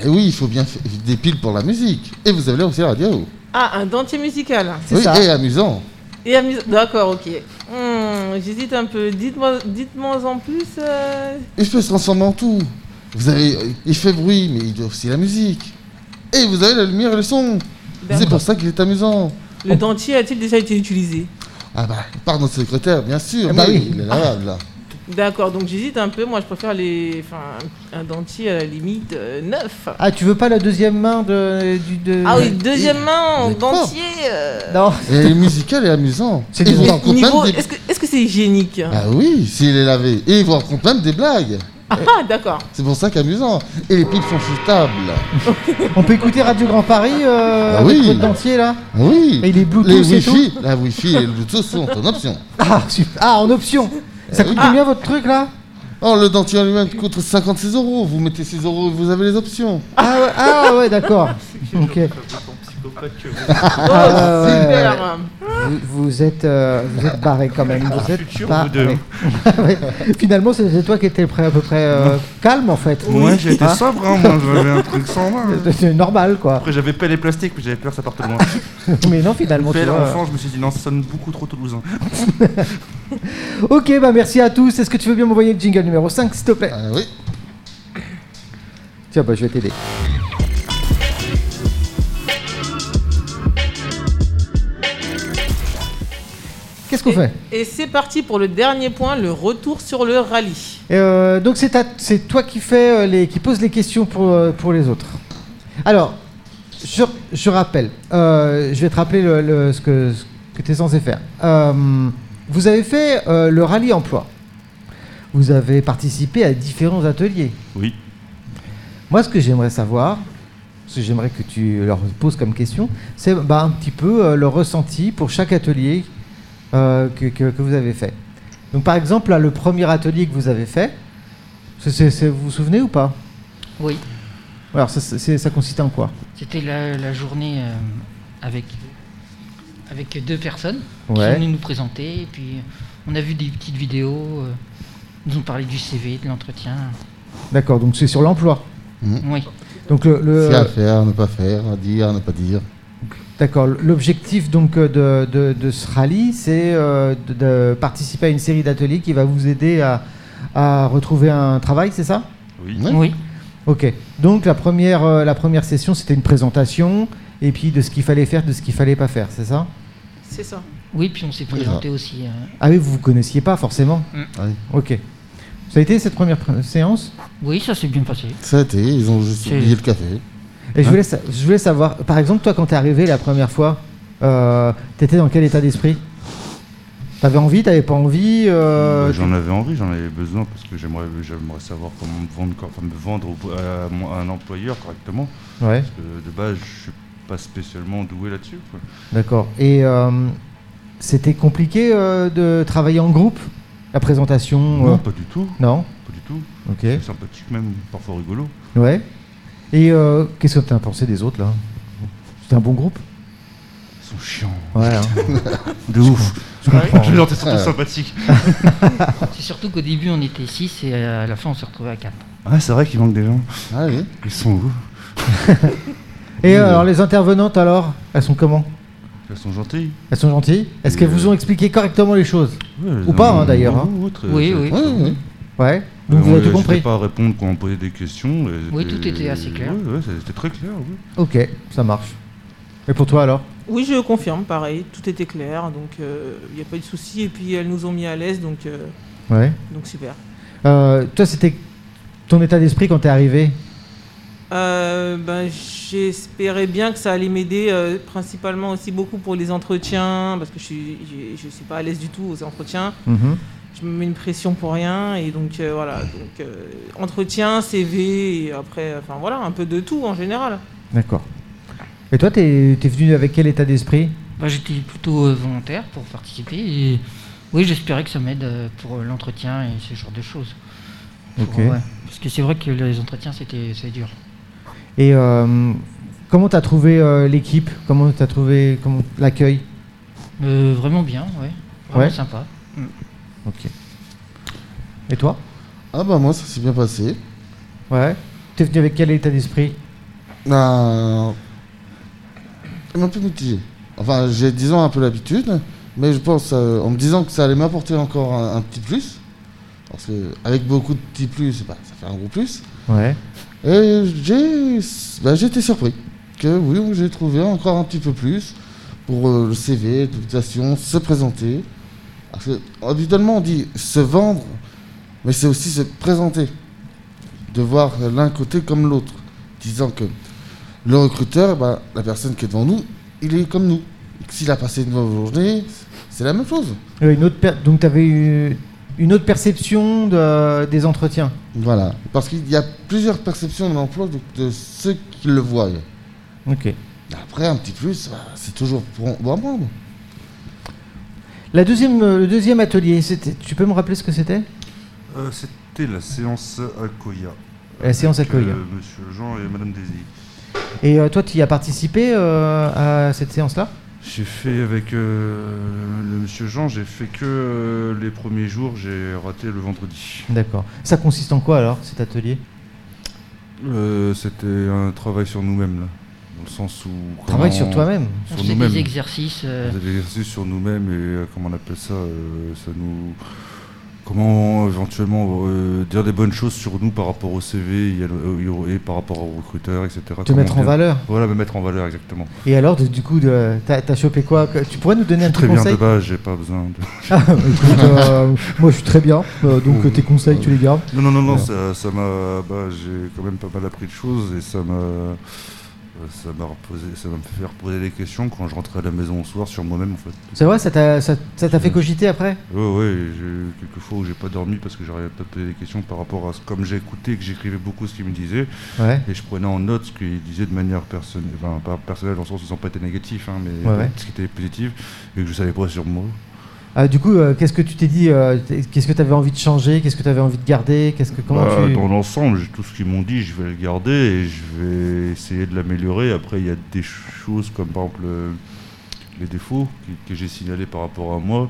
eh oui, il faut bien faire des piles pour la musique. Et vous avez aussi la radio.
Ah, un dentier musical.
C'est
Oui,
ça.
et amusant.
Et amus- D'accord, ok. Hmm, J'hésite un peu. Dites-moi dites en plus. euh,
Il peut se transformer en tout. Vous avez, euh, il fait bruit, mais il y a aussi la musique. Et vous avez la lumière et le son.
Ben
C'est pour ça qu'il est amusant.
Le dentier a-t-il déjà été utilisé
Ah bah, par notre secrétaire, bien sûr.
Ah bah
mais
oui.
Il est lavable, là.
D'accord, donc j'hésite un peu. Moi, je préfère les, enfin, un dentier à la limite euh, neuf.
Ah, tu veux pas la deuxième main de, du de...
Ah oui, deuxième main en
mais quoi
dentier. euh,
Non.
Et musical et amusant.
C'est
Et il
des
vous
enfants.
raconte
niveau-
même des
Est-ce que est-ce que c'est hygiénique
Ah oui, s'il est lavé. Et il vous raconte même des blagues.
Ah, ah, d'accord.
C'est pour ça qu'amusant. Et les piles sont Ah foutables.
On peut écouter Radio Grand Paris euh,
Ah oui.
avec votre dentier là
Ah oui.
Et les Bluetooth
les
et tout
Wi-Fi, la Wi-Fi et le Bluetooth sont en option.
ah, super. ah, en option. Ça coûte
Ah.
combien votre truc là
Oh, le dentier en lui-même coûte 56 euros. Vous mettez 6 euros et vous avez les options.
Ah ouais, ah, ouais d'accord. Ok.
Oh,
Ah, ouais,
super.
Vous, vous êtes, euh, vous êtes barré quand même. Vous êtes
futur,
pas-
vous deux.
Ouais. Finalement, c'est c'est toi qui étais prêt- à peu près euh, calme en fait.
Moi j'étais
Hein
sobre, hein, moi j'avais un truc sans main.
C'est normal quoi.
Après j'avais pas les plastiques, mais j'avais peur que ça parte loin.
Mais non, finalement, tu
Belle
vois.
enfant, je me suis dit non, ça sonne beaucoup trop toulousain.
Ok, bah merci à tous. Est-ce que tu veux bien m'envoyer le jingle numéro 5, s'il te plaît
Ah oui.
Tiens, bah je vais t'aider. Qu'est-ce qu'on fait
Et c'est parti pour le dernier point, le retour sur le rallye.
Euh, Donc c'est à- c'est toi qui fais euh, les, qui pose les questions pour, euh, pour les autres. Alors, je, je rappelle, euh, je vais te rappeler le- le- ce que, tu es censé faire. Euh, vous avez fait euh, le rallye emploi. Vous avez participé à différents ateliers.
Oui.
Moi, ce que j'aimerais savoir, ce que j'aimerais que tu leur poses comme question, c'est bah, un petit peu euh, le ressenti pour chaque atelier euh, que, que- que vous avez fait. Donc, par exemple, là, le premier atelier que vous avez fait, c'est- c'est- c'est- vous vous souvenez ou pas
Oui,
Alors, ça, c'est- c'est- ça consistait en quoi
c'était la, la journée euh, avec, avec deux personnes qui
Ouais.
sont venues nous présenter. Et puis, on a vu des petites vidéos. euh, ils nous ont parlé du CV, de l'entretien.
D'accord, donc c'est sur l'emploi.
Oui.
Donc, le- le-
C'est à faire, à ne pas faire, à dire, à ne pas dire.
d'accord, l'objectif donc euh, de, de- de ce rallye, c'est euh, de, de participer à une série d'ateliers qui va vous aider à- à retrouver un travail, c'est ça
Oui.
Ouais.
Oui.
Ok. Donc la première, euh, la première session, c'était une présentation, et puis de ce qu'il fallait faire, de ce qu'il fallait pas faire, c'est ça
C'est ça.
Oui, puis on s'est
ça.
présenté aussi. euh,
Ah oui, vous vous connaissiez pas forcément.
Ah oui.
Ok. Ça a été cette première pr- séance
Oui, ça s'est bien passé.
Ça a été, ils ont juste
C'est-
oublié le café.
Et je, voulais sa- je voulais savoir, par exemple, toi, quand t'es arrivé la première fois, euh, t'étais dans quel état d'esprit T'avais envie, t'avais pas envie euh,
Bah, j'en avais envie, j'en avais besoin parce que j'aimerais, j'aimerais savoir comment me vendre, cor- enfin, me vendre au- à, mon- à un employeur correctement.
Ouais,
Parce que Euh, de base, je suis pas spécialement doué là-dessus. quoi.
d'accord. Et euh, c'était compliqué euh, de travailler en groupe La présentation euh,
Non, pas du tout,
Non
pas du tout.
Ok.
C'est sympathique même, parfois rigolo.
Ouais. Et euh, qu'est-ce que t'as pensé des autres là C'était un bon groupe
Ils sont chiants,
Ouais.
de ouf.
Je
Je les entends surtout sympathiques.
C'est surtout qu'au début, on était 6 et euh, à la fin, on s'est retrouvé à 4.
Ah, c'est vrai qu'il manque des gens.
Ah oui.
Ils sont où
Et euh, alors les intervenantes alors Elles sont comment
Ils sont gentils.
Elles sont gentilles Est-ce qu'elles
Euh.
vous ont expliqué correctement les choses
Ouais,
Ou
non,
pas, hein,
non,
d'ailleurs,
non,
hein.
ou autre,
Oui,
euh,
oui.
ça-
Ouais, ouais.
Ouais. Donc vous
Euh,
avez tout
je
compris
sais pas répondre quand on posait des questions. et-
Oui, tout était assez clair.
Ouais, ouais, c'était très clair. oui.
Ok, ça marche. Et pour toi alors
Oui, je confirme, pareil, tout était clair, donc il n'y a pas eu de souci. Et puis elles nous ont mis à l'aise, donc, euh,
Ouais.
donc super.
Euh, toi, c'était ton état d'esprit quand t'es arrivé
Euh, ben, J'espérais bien que ça allait m'aider, euh, principalement aussi beaucoup pour les entretiens, parce que je suis, je, je suis pas à l'aise du tout aux entretiens.
Mm-hmm.
Je me mets une pression pour rien, et donc euh, voilà. Donc, euh, entretien, CV, et après, enfin voilà, un peu de tout en général.
D'accord. Et toi, t'es es venu avec quel état d'esprit
Bah, J'étais plutôt euh, volontaire pour participer et oui, j'espérais que ça m'aide euh, pour euh, l'entretien et ce genre de choses. Pour,
Ok.
euh, ouais. Parce que c'est vrai que les entretiens, c'était c'est dur.
Et euh, comment t'as trouvé euh, l'équipe Comment t'as trouvé comment- l'accueil
Euh, vraiment bien, ouais. Vraiment
Ouais.
sympa.
Ok. Et toi
Ah bah moi ça s'est bien passé.
Ouais. T'es venu avec quel état d'esprit
Ben, un peu mitigé. Enfin, j'ai disons un peu l'habitude, mais je pense euh, en me disant que ça allait m'apporter encore un, un petit plus, parce que avec beaucoup de petits plus, bah, ça fait un gros plus.
Ouais.
Et j'ai, bah, j'ai été surpris que oui, j'ai trouvé encore un petit peu plus pour euh, le CV, l'utilisation, se présenter. Parce que habituellement on dit se vendre, mais c'est aussi se présenter, de voir l'un côté comme l'autre, disant que le recruteur, bah, la personne qui est devant nous, il est comme nous. S'il a passé une mauvaise journée, c'est la même chose.
Euh, une autre per- Donc, t'avais eu une autre perception de- des entretiens
Voilà, parce qu'il y a plusieurs perceptions de l'emploi de, de ceux qui le voient.
Ok.
Après, un petit plus, bah, c'est toujours pour bon à prendre.
La deuxième, euh, le deuxième atelier, c'était. Tu peux me rappeler ce que c'était
Euh, C'était la séance Akoya.
La séance
Avec,
Akoya.
euh, Monsieur Jean et Madame Daisy.
Et euh, toi, tu y as participé euh, à cette séance-là
J'ai fait avec euh, le Monsieur Jean, j'ai fait que euh, les premiers jours, j'ai raté le vendredi.
D'accord. Ça consiste en quoi alors, cet atelier
Euh, C'était un travail sur nous-mêmes, là. Dans le sens où.
Travaille
comment-
sur toi-même.
Sur
On faisait
nous-mêmes.
des exercices. euh,
Des exercices sur nous-mêmes et euh, comment on appelle ça euh, Ça nous. Comment éventuellement euh, dire des bonnes choses sur nous par rapport au CV et, à le- et par rapport au recruteur, etc.
Te
Comment
mettre en
bien-
valeur.
Voilà, me mettre en valeur exactement.
Et alors, de- du coup, de- t'as t'as chopé quoi Que- Tu pourrais nous donner un petit
Très bien
conseil
de base, j'ai pas besoin de.
Ah, écoute, euh, Moi, je suis très bien. euh, donc, euh, tes conseils, tu les gardes.
Non, non, non, non,
Alors.
ça ça m'a. bah, j'ai quand même pas mal appris de choses et ça m'a. euh, Ça m'a reposé- ça m'a fait reposer des questions quand je rentrais à la maison au soir sur moi-même en fait.
C'est vrai, ça t'a ça- ça t'a fait cogiter après
Ouais, ouais, j'ai eu quelques fois où j'ai pas dormi parce que j'arrivais pas à poser des questions par rapport à ce. Comme j'ai écouté et que j'écrivais beaucoup ce qu'il me disait
Ouais.
et je prenais en note ce qu'il disait de manière personnelle, enfin pas personnelle dans le sens où ça n'a pas été négatif, hein, mais
Ouais, ouais.
ce qui était positif et que je savais pas sur moi.
Ah, du coup, euh, qu'est-ce que tu t'es dit euh, t'es- Qu'est-ce que tu avais envie de changer Qu'est-ce que tu avais envie de garder Qu'est-ce que comment
Bah,
tu
Dans l'ensemble, j'ai- tout ce qu'ils m'ont dit, je vais le garder et je vais essayer de l'améliorer. Après, il y a des choses comme par exemple euh, les défauts qui- que j'ai signalés par rapport à moi.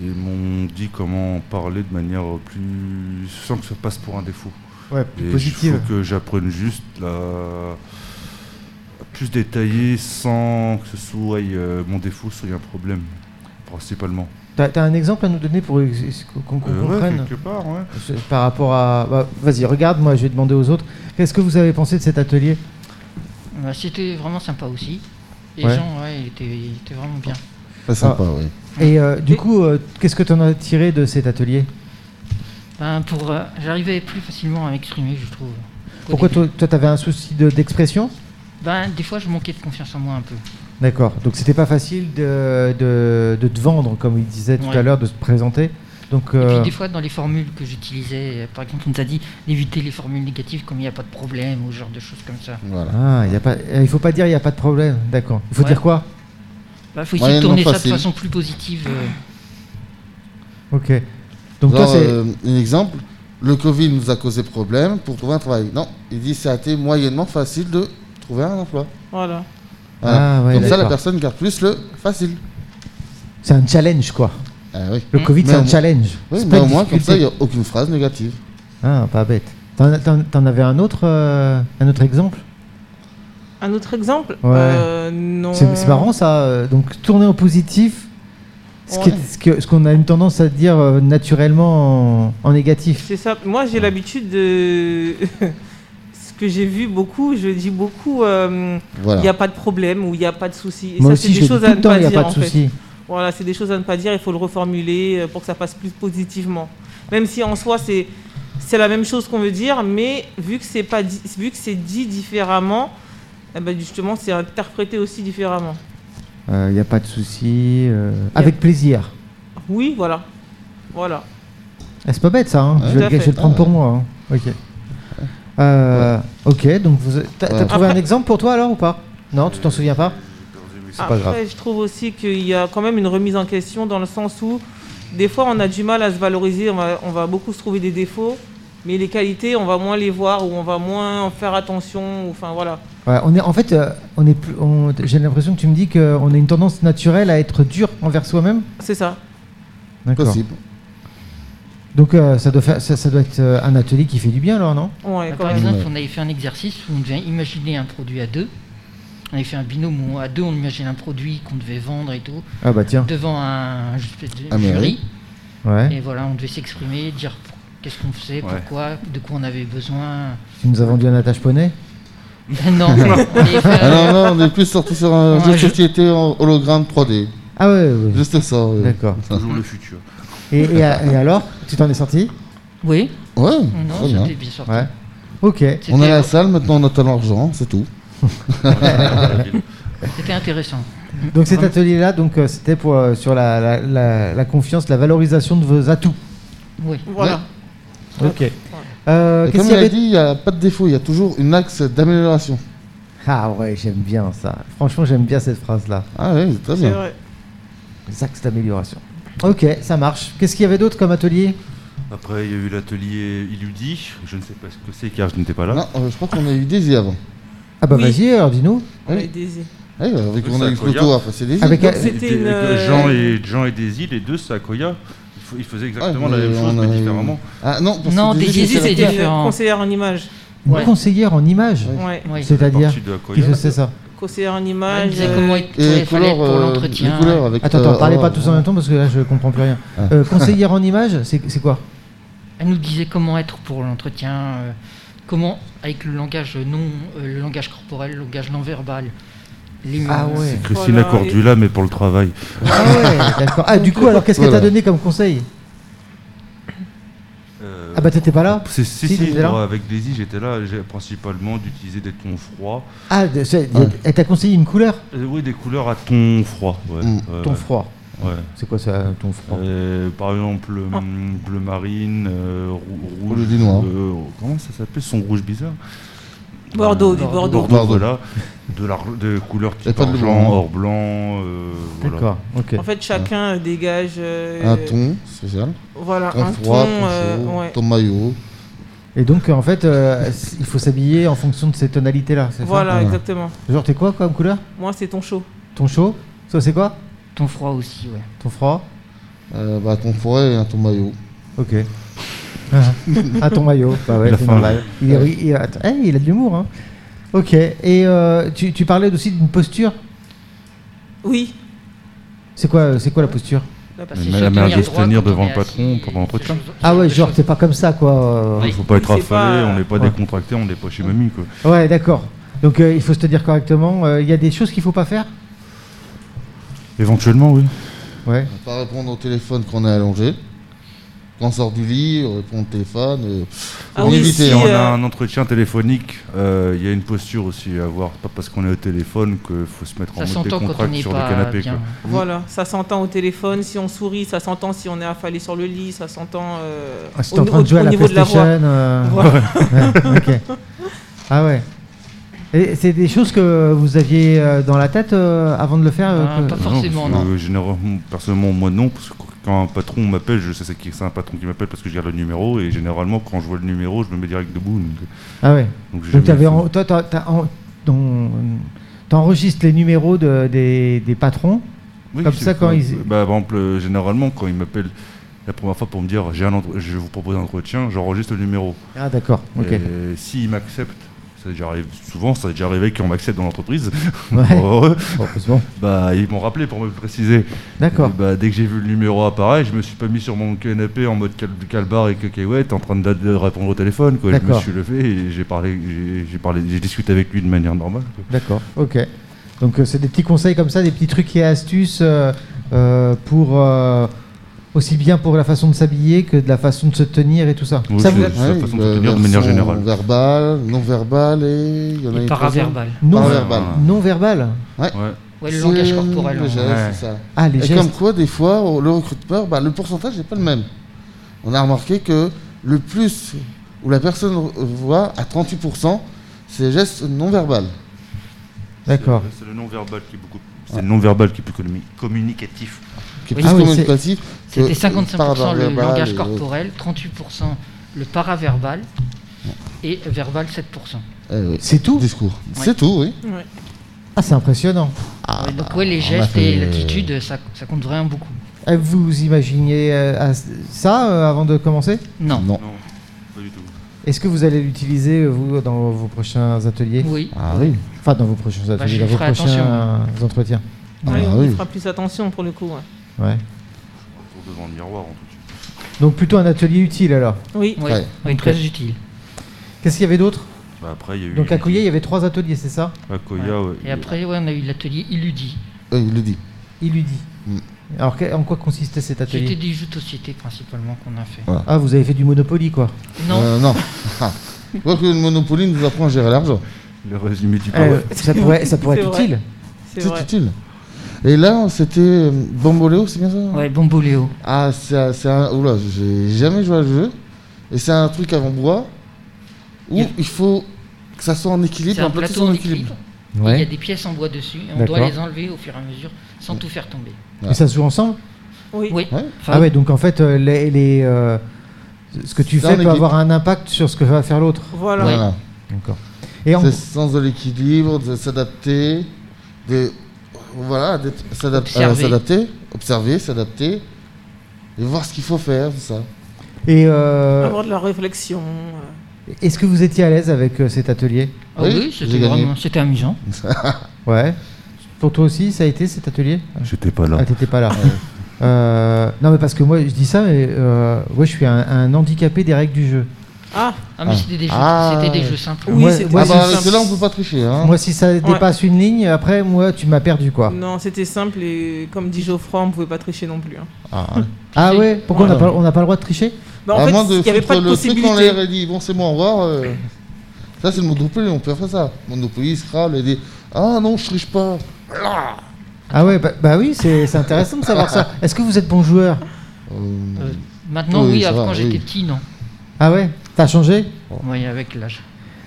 Ils m'ont dit comment en parler de manière plus. sans que ça passe pour un défaut.
Ouais, plus
Et
positive.
Il faut que j'apprenne juste la. plus détaillé sans que ce soit euh, mon défaut soit un problème, principalement.
T'as t'as un exemple à nous donner pour ex- ex- qu'on qu'on
Euh, ouais,
comprenne
quelque part, ouais.
C'est Par rapport à. bah, Vas-y, regarde, moi je vais demander aux autres. Qu'est-ce que vous avez pensé de cet atelier
bah, c'était vraiment sympa aussi. Les
Ouais.
gens, ouais, ils étaient, ils étaient vraiment bien.
C'est sympa, oui.
Et euh, du
Et-
coup, euh, qu'est-ce que tu en as tiré de cet atelier
Ben, pour, euh, j'arrivais plus facilement à m'exprimer, je trouve. au
Pourquoi
début.
toi, tu avais un souci de- d'expression
Ben, des fois, je manquais de confiance en moi un peu.
D'accord. Donc c'était pas facile de, de, de te vendre, comme il disait tout
Ouais.
à l'heure, de se présenter. Donc.
Et
euh,
puis des fois, dans les formules que j'utilisais, euh, par exemple, on nous a dit d'éviter les formules négatives comme il n'y a pas de problème ou ce genre de choses comme ça.
Voilà.
Ah, il y a pas, euh, il faut pas dire il n'y a pas de problème, d'accord. Il faut
Ouais.
dire quoi
Il faut essayer de
Bah, Moyennement
tourner ça
facile.
de façon plus positive. euh.
Ok. Donc toi,
Genre,
c'est.
euh, un exemple, le Covid nous a causé problème pour trouver un travail. Non, il dit ça a été moyennement facile de trouver un emploi.
Voilà.
Voilà.
Ah, ouais,
Comme ça, la
d'accord.
personne garde plus le facile.
C'est un challenge, quoi.
Ah oui.
Le
Mm.
Covid,
Mais
c'est
au
un
moins-
challenge.
Oui,
C'est pas
mais au
une
moins, comme ça, il n'y
difficulté.
a aucune phrase négative.
Ah, pas bête. T'en t'en- t'en avais un autre, euh, un autre exemple
Un autre exemple
Ouais.
Euh, Non.
C'est c'est marrant ça. euh, Donc tourner en positif, ce qui est-
Ouais.
ce que- ce qu'on a une tendance à dire euh, naturellement en, en négatif.
C'est ça. Moi, j'ai l'habitude de. ce que j'ai vu beaucoup, je dis beaucoup, euh, il
Voilà.
n'y a pas de problème ou il n'y a pas de souci. Et
Ah. Moi
ça,
aussi,
c'est
je
des
le dis
choses
tout
à
le
ne
temps,
pas
il n'y a
dire
pas de
en fait.
souci.
Voilà, c'est des choses à ne pas dire, il faut le reformuler euh, pour que ça passe plus positivement. Même si en soi, c'est, c'est la même chose qu'on veut dire, mais vu que c'est, pas dit, vu que c'est dit différemment, eh ben, justement, c'est interprété aussi différemment.
Euh, Il n'y a pas de souci. euh, Avec plaisir.
Oui, voilà. Voilà.
Ah, c'est pas bête ça, hein.
Ouais.
je, vais
Tout à
le, je vais
fait.
le prendre pour moi. hein. Ok. Euh, Ok, donc vous. T'as, t'as
Ouais.
trouvé un
Après-
exemple pour toi alors ou pas Non, tu t'en souviens pas
J'ai perdu, mais c'est
Après,
pas-
je trouve aussi qu'il y a quand même une remise en question dans le sens où des fois on a du mal à se valoriser, on va, on va beaucoup se trouver des défauts, mais les qualités on va moins les voir ou on va moins en faire attention. ou- Enfin voilà.
Ouais, on est, En fait, euh, on est plus, on- j'ai l'impression que tu me dis qu'on a une tendance naturelle à être dur envers soi-même.
C'est ça.
D'accord.
Possible.
Donc euh, ça, doit faire, ça, ça doit être euh, un atelier qui fait du bien alors, non
Ouais,
Bah,
quand
Par
même.
exemple,
Ouais.
on avait fait un exercice où on devait imaginer un produit à deux. On avait fait un binôme où à deux on imaginait un produit qu'on devait vendre et tout
Ah bah tiens.
devant un, ju-
Ah, mais
jury.
Ouais.
Et voilà, on devait s'exprimer, dire pour- qu'est-ce qu'on faisait,
Ouais.
pourquoi, de quoi on avait besoin.
Tu nous as vendu un attache poney
non, on avait fait,
Ah
euh,
non, non, on est plus sorti sur un jeu de
Ouais, je-
société en hologramme 3D.
Ah ouais, ouais. ouais.
Juste ça, ouais.
Euh, D'accord.
Toujours le futur.
Et, et a- et alors Tu t'en es sorti
Oui,
Ouais,
non,
très bien.
c'était bien sorti.
Ouais. Ok.
On est à la
C'était-
salle, maintenant on attend l'argent, c'est tout.
C'était intéressant.
Donc cet atelier-là, donc euh, c'était pour euh, sur la, la- la- la confiance, la valorisation de vos atouts.
Oui.
Voilà.
Ok. Euh,
Et
Qu'est-ce
comme
qu'il y
il a
avait
dit, il n'y a pas de défaut, il y a toujours une axe d'amélioration.
Ah ouais, j'aime bien ça. Franchement, j'aime bien cette phrase-là.
Ah oui, très
C'est
bien.
vrai.
Les axes d'amélioration. Ok, ça marche. Qu'est-ce qu'il y avait d'autre comme atelier
Après, il y a eu l'atelier Illudi. Je ne sais pas ce que c'est car je n'étais pas là.
Non, euh, je crois qu'on a eu Daisy avant.
Ah bah
Oui.
vas-y, alors dis-nous.
On
Oui.
est des-
Ouais, bah, avec
Oui,
on
c'est
a
à
eu
Coya.
Cloto, après c'est Daisy.
Avec
Donc
euh,
c'était
C'était
une.
avec
euh,
Jean et Jean et Daisy, les deux c'est à Koya. Ils, f- ils faisaient exactement
Ah,
Ouais,
la même
mais
chose
on
mais
a eu-
différemment.
Ah non, parce
Non,
que
Daisy,
Daisy,
c'est-
c'est
c'était une
différent.
conseillère en image.
une
Ouais.
conseillère en image.
Ouais.
oui.
C'est-à-dire
Partie de
Qui
Koya.
je sais
Euh,
ça
Conseillère en
On
image.
Ah, disait
euh,
comment il
Et
fallait
les couleurs,
pour
euh,
l'entretien.
les couleurs avec
Attends,
euh,
attends, parlez pas
or-
tous en même temps parce que là je comprends plus rien.
Ah.
Euh, conseillère en image, c'est c'est quoi
Elle nous disait comment être pour l'entretien, euh, comment, avec le langage non, euh, le langage corporel, le langage non verbal. les-
Ah ouais.
Christina
Voilà, et-
Cordula mais pour le travail.
Ah ouais, d'accord. Ah du coup, alors qu'est-ce qu'elle t'a
Voilà.
donné comme conseil
Euh,
Ah bah t'étais pas là
c'est- si,
si,
si,
t'étais là
moi, avec Daisy j'étais là, j'ai principalement d'utiliser des tons froids.
Ah, de- c'est-
Ouais.
elle t'a conseillé une couleur
Euh, oui, des couleurs à tons froids. Ouais,
Mm.
ouais,
Ton
ouais,
froid.
ouais.
C'est quoi ça, ton froid
Euh, par exemple, le
Ah.
mm, bleu marine, euh, rou-
Au lieu
rouge,
du noir.
euh, comment ça s'appelle son rouge bizarre
Bordeaux, du
Euh,
Bordeaux.
Bordeaux.
voilà. De, la, de couleurs
Et
type
pas de
argent,
blanc.
or blanc, euh, voilà.
D'accord, ok.
En fait, chacun dégage. euh,
Un ton spécial,
Voilà,
ton
un
froid,
ton.
ton
euh,
chaud,
ouais.
ton maillot.
Et donc, euh, en fait, euh, c- il faut s'habiller en fonction de ces tonalités-là, c'est
Voilà,
Ouais.
exactement.
ça Genre, t'es quoi comme couleur
Moi, c'est ton chaud.
Ton chaud Ça, c'est quoi
Ton froid aussi, ouais.
Ton froid
euh, bah, ton froid et un ton maillot.
Ok. Ah, ah, ton maillot Bah ouais,
La
c'est
fin.
normal. Il, est- il- attends, eh, il a de l'humour, hein Ok, et euh, tu, tu parlais aussi d'une posture
Oui,
C'est quoi, c'est quoi la posture
Bah,
Mais
c'est
la
se
manière
tenir
de se
droit
tenir
quand on
devant
est
le patron
assis,
pendant l'entretien.
ce genre- ce
Ah ouais,
genre de
genre,
choses.
t'es pas comme ça, quoi. euh,
Oui.
Faut pas être
C'est
affalé,
pas-
on n'est pas
Ouais.
décontracté, on n'est pas chez mamie quoi.
Ouais, d'accord. Donc, euh, il faut se tenir correctement. Euh, Il y a des choses qu'il faut pas faire
Éventuellement, oui.
Ouais.
On va Pas répondre au téléphone quand on est allongé. Quand on sort du lit, on répond au téléphone. euh,
Ah
faut
oui,
éviter,
si,
hein.
on
euh,
a un entretien téléphonique, euh, il y a une posture aussi à avoir. Pas parce qu'on est au téléphone qu'il faut se mettre en
Ça
mode
s'entend quand on
décontract
n'est
sur le
pas
canapé.
bien.
quoi.
Voilà, ça s'entend au téléphone, si on sourit, ça s'entend si on est affalé sur le lit, ça s'entend euh,
Ah, si t'es
au,
en train
au-
de jouer à
au
la
niveau de la
PlayStation.
voix.
euh,
Voilà.
ouais, ok. Ah ouais. Et c'est des choses que vous aviez euh, dans la tête euh, avant de le faire euh,
Ah,
que-
pas forcément,
parce que,
non.
euh, généralement, personnellement, moi non, parce que quand un patron m'appelle, je sais c'est qui- c'est un patron qui m'appelle parce que je garde le numéro, et généralement, quand je vois le numéro, je me mets direct debout. Donc,
Ah ouais.
donc j'ai
Donc
jamais
t'avais
fait.
en- toi, t'as- t'as en- ton- t'enregistres les numéros de- des, des patrons.
Oui,
Comme
c'est-
ça, quand ils-
Bah, par exemple, euh, généralement, quand ils m'appellent la première fois pour me dire j'ai un entre- je vous propose un entretien, j'enregistre le numéro.
Ah d'accord. Ok.
Et s'ils m'acceptent, Ça déjà arrive souvent, ça est déjà arrivé qu'on m'accepte dans l'entreprise.
Ouais,
Heureux.
heureusement.
Bah, ils m'ont rappelé pour me préciser.
D'accord.
Et bah, dès que j'ai vu le numéro apparaître, je me suis pas mis sur mon canapé en mode cal- calbar et cocahuète en train de, de répondre au téléphone. Quoi. Je me
D'accord.
suis levé et j'ai parlé, j'ai- j'ai parlé, j'ai discuté avec lui de manière normale. quoi.
D'accord, ok. Donc euh, c'est des petits conseils comme ça, des petits trucs et astuces euh, euh, pour euh, aussi bien pour la façon de s'habiller que de la façon de se tenir et tout ça.
Oui,
ça
je-
vous...
C'est la façon de se tenir de manière générale.
Verbal, non verbal et il y en a
Et
une troisième.
paraverbal.
Non,
Par verbal.
non verbal.
Ouais.
Ouais, le langage
C'est
corporel.
le
hein.
geste,
Ouais.
c'est ça.
Ah les
Et
gestes.
comme quoi, des fois, au- le recruteur, bah, le pourcentage n'est pas le même. On a remarqué que le plus où la personne re- voit à 38%, c'est les gestes non verbal.
D'accord.
C'est le non-verbal qui est beaucoup. C'est le non-verbal qui est plus commu- communicatif.
Qui est
Oui.
plus
Ah oui,
communicatif. que
C'était
le
55% le
paraverbal euh,
langage
et-
corporel, 38% le paraverbal et verbal 7%.
Eh oui.
C'est tout
Discours. C'est tout, oui.
Ouais.
Ah c'est impressionnant.
Ouais, donc ouais, les
Ah bah, on a
gestes
fait- euh,
et l'attitude, ça, ça compte vraiment beaucoup.
Eh, Vous imaginiez euh, à- ça euh, avant de commencer
Non.
Non.
Non, pas du tout.
Est-ce que vous allez l'utiliser euh, vous dans vos prochains ateliers
Oui.
Ah oui.
Enfin dans vos prochains
Bah,
ateliers,
je
dans vos
ferai
prochains euh, entretiens.
Ah
Ouais, on
oui.
y fera plus attention pour le coup. ouais.
Ouais.
Autour devant le miroir en tout
Donc plutôt un atelier utile alors.
Oui.
Oui.
Ouais.
Oui, très utile.
Qu'est-ce qu'il y avait d'autre
cas. Bah, après, il y a eu.
Donc à Couillet, il y avait trois ateliers, c'est ça
À Koya, ouais.
Et après, ouais, on a eu l'atelier Illudi,
Euh, il le dit.
Il lui dit.
Mm.
Alors que- en quoi consistait cet
C'était
atelier
des jeux de société principalement qu'on a fait.
Ah, vous avez fait du Monopoly quoi.
Non,
Euh, non. Quoique le Monopoly nous apprend à gérer l'argent.
Le résumé
Ah
du
Euh,
parcours.
ça pourrait, ça pourrait
C'est
être
vrai.
utile.
C'est
C'est
vrai.
utile. Et là, c'était euh, Bamboléo, c'est bien ça
ouais, Bomboléo.
Ah, c'est un- c'est un. Oula, j'ai jamais joué à ce jeu. Et c'est un truc avant bois où
Il-
il faut que ça soit en équilibre,
C'est
un
un
plateau
plateau
en
en
équilibre.
équilibre. Il y a des pièces en bois dessus et on doit
D'accord.
les enlever au fur et à mesure sans tout faire tomber.
Et ça se joue ensemble
Oui.
Oui.
Ouais.
Enfin,
Ah ouais, donc en fait, euh, les, les, euh, ce que tu
Ça,
fais
on
peut
équipe.
avoir un impact sur ce que va faire l'autre.
Voilà.
Ouais.
Voilà.
D'accord. Et en-
C'est le sens de l'équilibre, de s'adapter, de. Voilà, d'être- s'adap- euh,
Observer.
s'adapter, observer, s'adapter, et voir ce qu'il faut faire, tout ça.
et euh,
Avoir de la réflexion. euh.
est-ce que vous étiez à l'aise avec euh, cet atelier
ah oui,
Oui, j'ai
c'était
gagné.
vraiment- c'était amusant.
Ouais. Pour toi aussi, ça a été cet atelier
J'étais pas là.
Ah, t'étais pas là. Euh, non, mais parce que moi, je dis ça, mais euh, ouais, je suis un, un handicapé des règles du jeu.
Ah,
Ah, mais
Ah.
c'était des, jeux-
Ah.
c'était des jeux simples.
oui,
Moi-
c'était
moi,
ah
c'est
bah, avec
simple.
cela, on peut pas tricher. Hein.
Moi, si ça dépasse une ligne, après, moi, tu m'as perdu, quoi.
Non, c'était simple et comme dit Geoffroy, on pouvait pas tricher non plus. hein.
Ah, ouais.
Ah
Si.
ouais Pourquoi on n'a
Ouais.
pas, on n'a pas le droit de tricher
Bah, en
à
fait,
moins de
il n'y avait
foutre
pas de
le truc en
possibilité.
l'air et dit bon c'est moi au revoir. euh. Ça c'est le Monopoly, on peut faire ça. Monopoly, Scrabble et dit ah non je triche pas.
Ah ouais, bah, bah oui, c'est c'est intéressant de savoir ça. Est-ce que vous êtes bon joueur
Euh,
Euh, maintenant,
Oui,
oui,
ça
avant,
va,
quand
oui.
j'étais petit, non.
Ah ouais T'as changé
Oui, avec l'âge.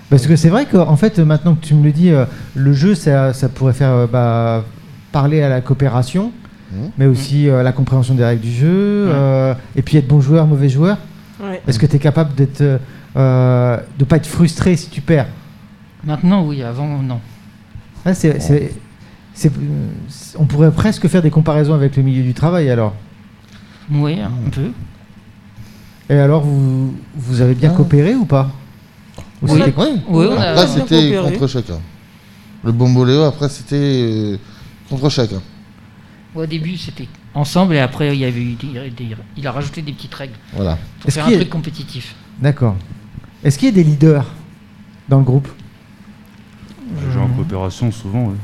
Parce que c'est vrai qu'en fait, maintenant que tu me le dis, euh, le jeu, ça, ça pourrait faire euh, bah, parler à la coopération,
Mhm.
mais aussi euh, à la compréhension des règles du jeu, euh, et puis être bon joueur, mauvais joueur.
Ouais.
Est-ce que tu es capable d'être, euh, euh, de pas être frustré si tu perds
Maintenant, oui, avant, non.
Ah, c'est- c'est- c'est- c'est- On pourrait presque faire des comparaisons avec le milieu du travail alors.
Oui, un peu.
Et alors, vous, vous avez bien
Ah.
coopéré ou pas Ou
Oui.
c'était-
oui.
Oui, on a-
Après
on a
c'était
coopéré.
contre chacun. Le Bomboléo après c'était euh, contre chacun.
au début, c'était ensemble et après, il y avait eu des- des- il a rajouté des petites règles
Voilà.
pour
Est-ce
faire un
qu'il y a-
truc compétitif.
D'accord. Est-ce qu'il y a des leaders dans le groupe Euh,
J'ai en coopération souvent. ouais.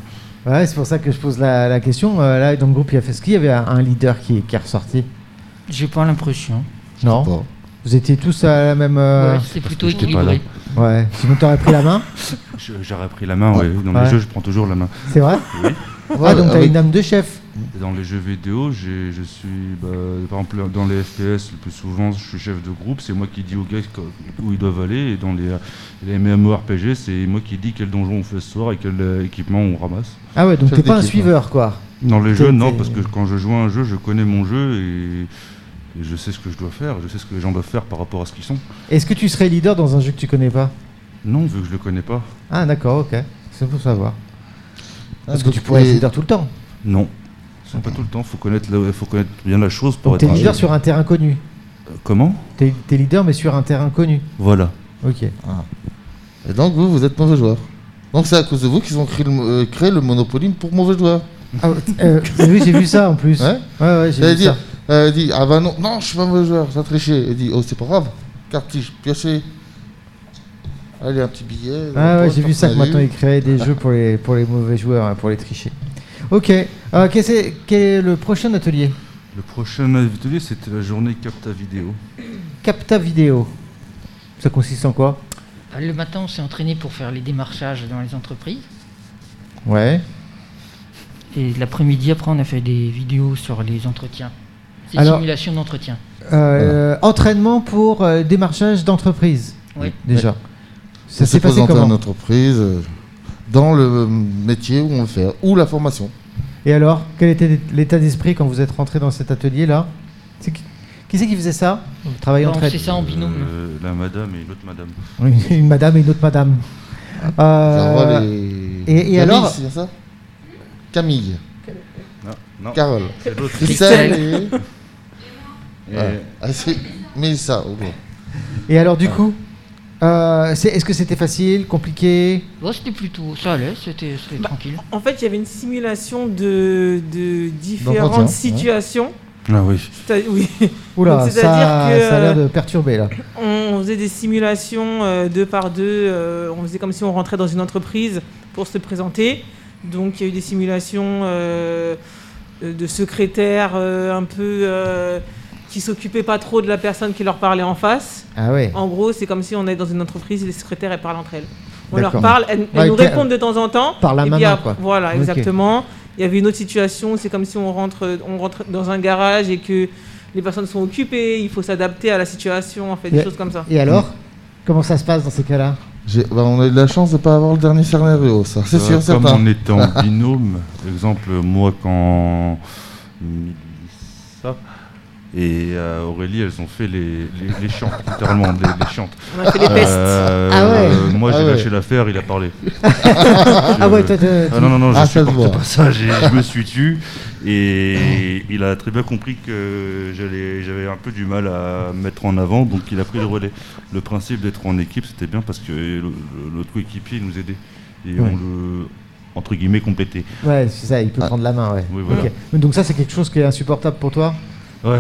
Ouais, c'est pour ça que je pose la, la question. Euh, là, dans le groupe, il y a fait ce qu'il y avait un, un leader qui, est- qui est ressorti.
J'ai pas l'impression.
Non.
Bon.
Vous étiez tous à la même. euh,
Ouais, c'est plutôt
que j'étais pas
équilibré.
Ouais. Sinon, t'aurais pris la main.
Je- J'aurais pris la main, ouais. Dans
Ouais.
les jeux, je prends toujours la main.
C'est vrai.
Ouais,
ah, donc t'as
avec-
une âme de chef.
Et Dans les jeux vidéo, j'ai- je suis, bah, par exemple, dans les FPS, le plus souvent, je suis chef de groupe, c'est moi qui dis aux gars co- où ils doivent aller. Et dans les, les MMORPG, c'est moi qui dis quel donjon on fait ce soir et quel euh, équipement on ramasse.
Ah ouais, donc
Chef
t'es pas un
d'équipe,
suiveur, quoi.
Dans les
T'es-
jeux, non,
t'es-
parce que quand je joue à un jeu, je connais mon jeu et, et je sais ce que je dois faire, je sais ce que les gens doivent faire par rapport à ce qu'ils sont.
Est-ce que tu serais leader dans un jeu que tu connais pas
Non, vu que je le connais pas.
Ah d'accord, ok. C'est pour savoir. Parce
Ah,
que
donc,
tu pourrais être
et-
leader tout le temps.
Non. C'est pas tout le temps, faut connaître, la- faut connaître bien la chose pour
Donc t'es
être un
leader
jeu.
sur un terrain connu.
Comment
T'es t'es leader mais sur un terrain connu.
Voilà.
Ok.
Et donc, vous, vous êtes mauvais joueur. Donc, c'est à cause de vous qu'ils ont créé le, mo- euh, créé le Monopoly pour mauvais joueur.
Ah, euh, oui, j'ai vu ça en plus.
Ouais.
ouais, ouais, j'ai
Elle
vu
dit,
ça.
elle dit, ah bah non, non, je suis pas mauvais joueur, ça triché. Elle dit, oh, c'est pas grave, carte tige, piocher. Allez, un petit billet.
Ah
on
ouais,
pose,
j'ai vu ça que
personne n'a
maintenant
vu.
ils créaient des jeux pour les, pour les mauvais joueurs, hein, pour les tricher. Ok, euh, qu'est-ce que- quel est le prochain atelier
Le prochain atelier, c'était la journée Capta Vidéo.
Capta Vidéo. Ça consiste en quoi
Ah, Le matin, on s'est entraîné pour faire les démarchages dans les entreprises.
Ouais.
Et l'après-midi, après, on a fait des vidéos sur les entretiens. Des
Alors-
simulations d'entretien.
Euh, Entraînement pour euh, démarchage d'entreprise,
Oui.
déjà. Ça
On
s'est passé
présenté en
comment
entreprise, euh, dans le euh, métier où on le fait, ou la formation.
Et alors, quel était l'état d'esprit quand vous êtes rentré dans cet atelier-là C'est qui, qui c'est qui faisait ça Le travail
Bon,
entre
c'est ça en binôme.
Euh, la madame et l'autre madame.
Une madame et une autre madame.
Ça
Euh,
va, les-
et- et
Camille,
alors
c'est bien ça Camille,
Non, non,
Carole,
c'est l'autre.
Christelle et-
Et-
Voilà. Ah, c'est- Mais ça, au moins.
Et alors, du coup, euh, c'est- est-ce que c'était facile, compliqué
Bon, Oh, c'était plutôt. Ça allait, c'était c'était
Bah-
tranquille.
En fait, il y avait une simulation de, de différentes
D'entretien, ouais.
situations.
Ah oui.
C'est-à- Oui.
Oula,
Donc,
ça,
c'est-à-dire que,
ça a l'air
euh,
de perturber là.
On faisait des simulations euh, deux par deux. euh, on faisait comme si on rentrait dans une entreprise pour se présenter. Donc il y a eu des simulations euh, de secrétaires euh, un peu euh, qui s'occupaient pas trop de la personne qui leur parlait en face.
Ah ouais.
En gros, c'est comme si on est dans une entreprise et les secrétaires elles parlent entre elles. On
D'accord.
leur parle, elles, elles
Ouais,
nous
ca-
répondent de temps en temps.
par la
et
main,
puis, ah,
quoi.
Voilà,
Ok.
exactement. Il y avait une autre situation, c'est comme si on rentre, on rentre dans un garage et que les personnes sont occupées, il faut s'adapter à la situation, en fait,
Ouais.
des choses comme ça.
Et alors Comment ça se passe dans ces cas-là
J'ai- bah, on a eu de la chance de pas avoir le dernier scénario, ça, c'est
Euh,
sûr,
Comme
certain.
on était en binôme, exemple, moi quand Mélissa et euh, Aurélie, elles ont fait les, les, les chantes, littéralement, les, les chantes.
On a fait les pestes.
Euh,
Ah ouais.
euh, moi, j'ai
Ah ouais.
lâché l'affaire, il a parlé.
Ah ouais, toi, t'es-
Ah non, non, non, je
Ah, ça se
supporte
voit.
pas ça, j'ai- je me suis tu et il a très bien compris que j'allais- j'avais un peu du mal à me mettre en avant, donc il a pris le relais. Le principe d'être en équipe, c'était bien parce que le- le- l'autre coéquipier nous aidait et
Ouais.
on le, entre guillemets, complétait.
ouais, c'est ça, il peut
Ah.
prendre la main, ouais.
Oui, voilà.
Ok. Donc ça, c'est quelque chose qui est insupportable pour toi
Ouais.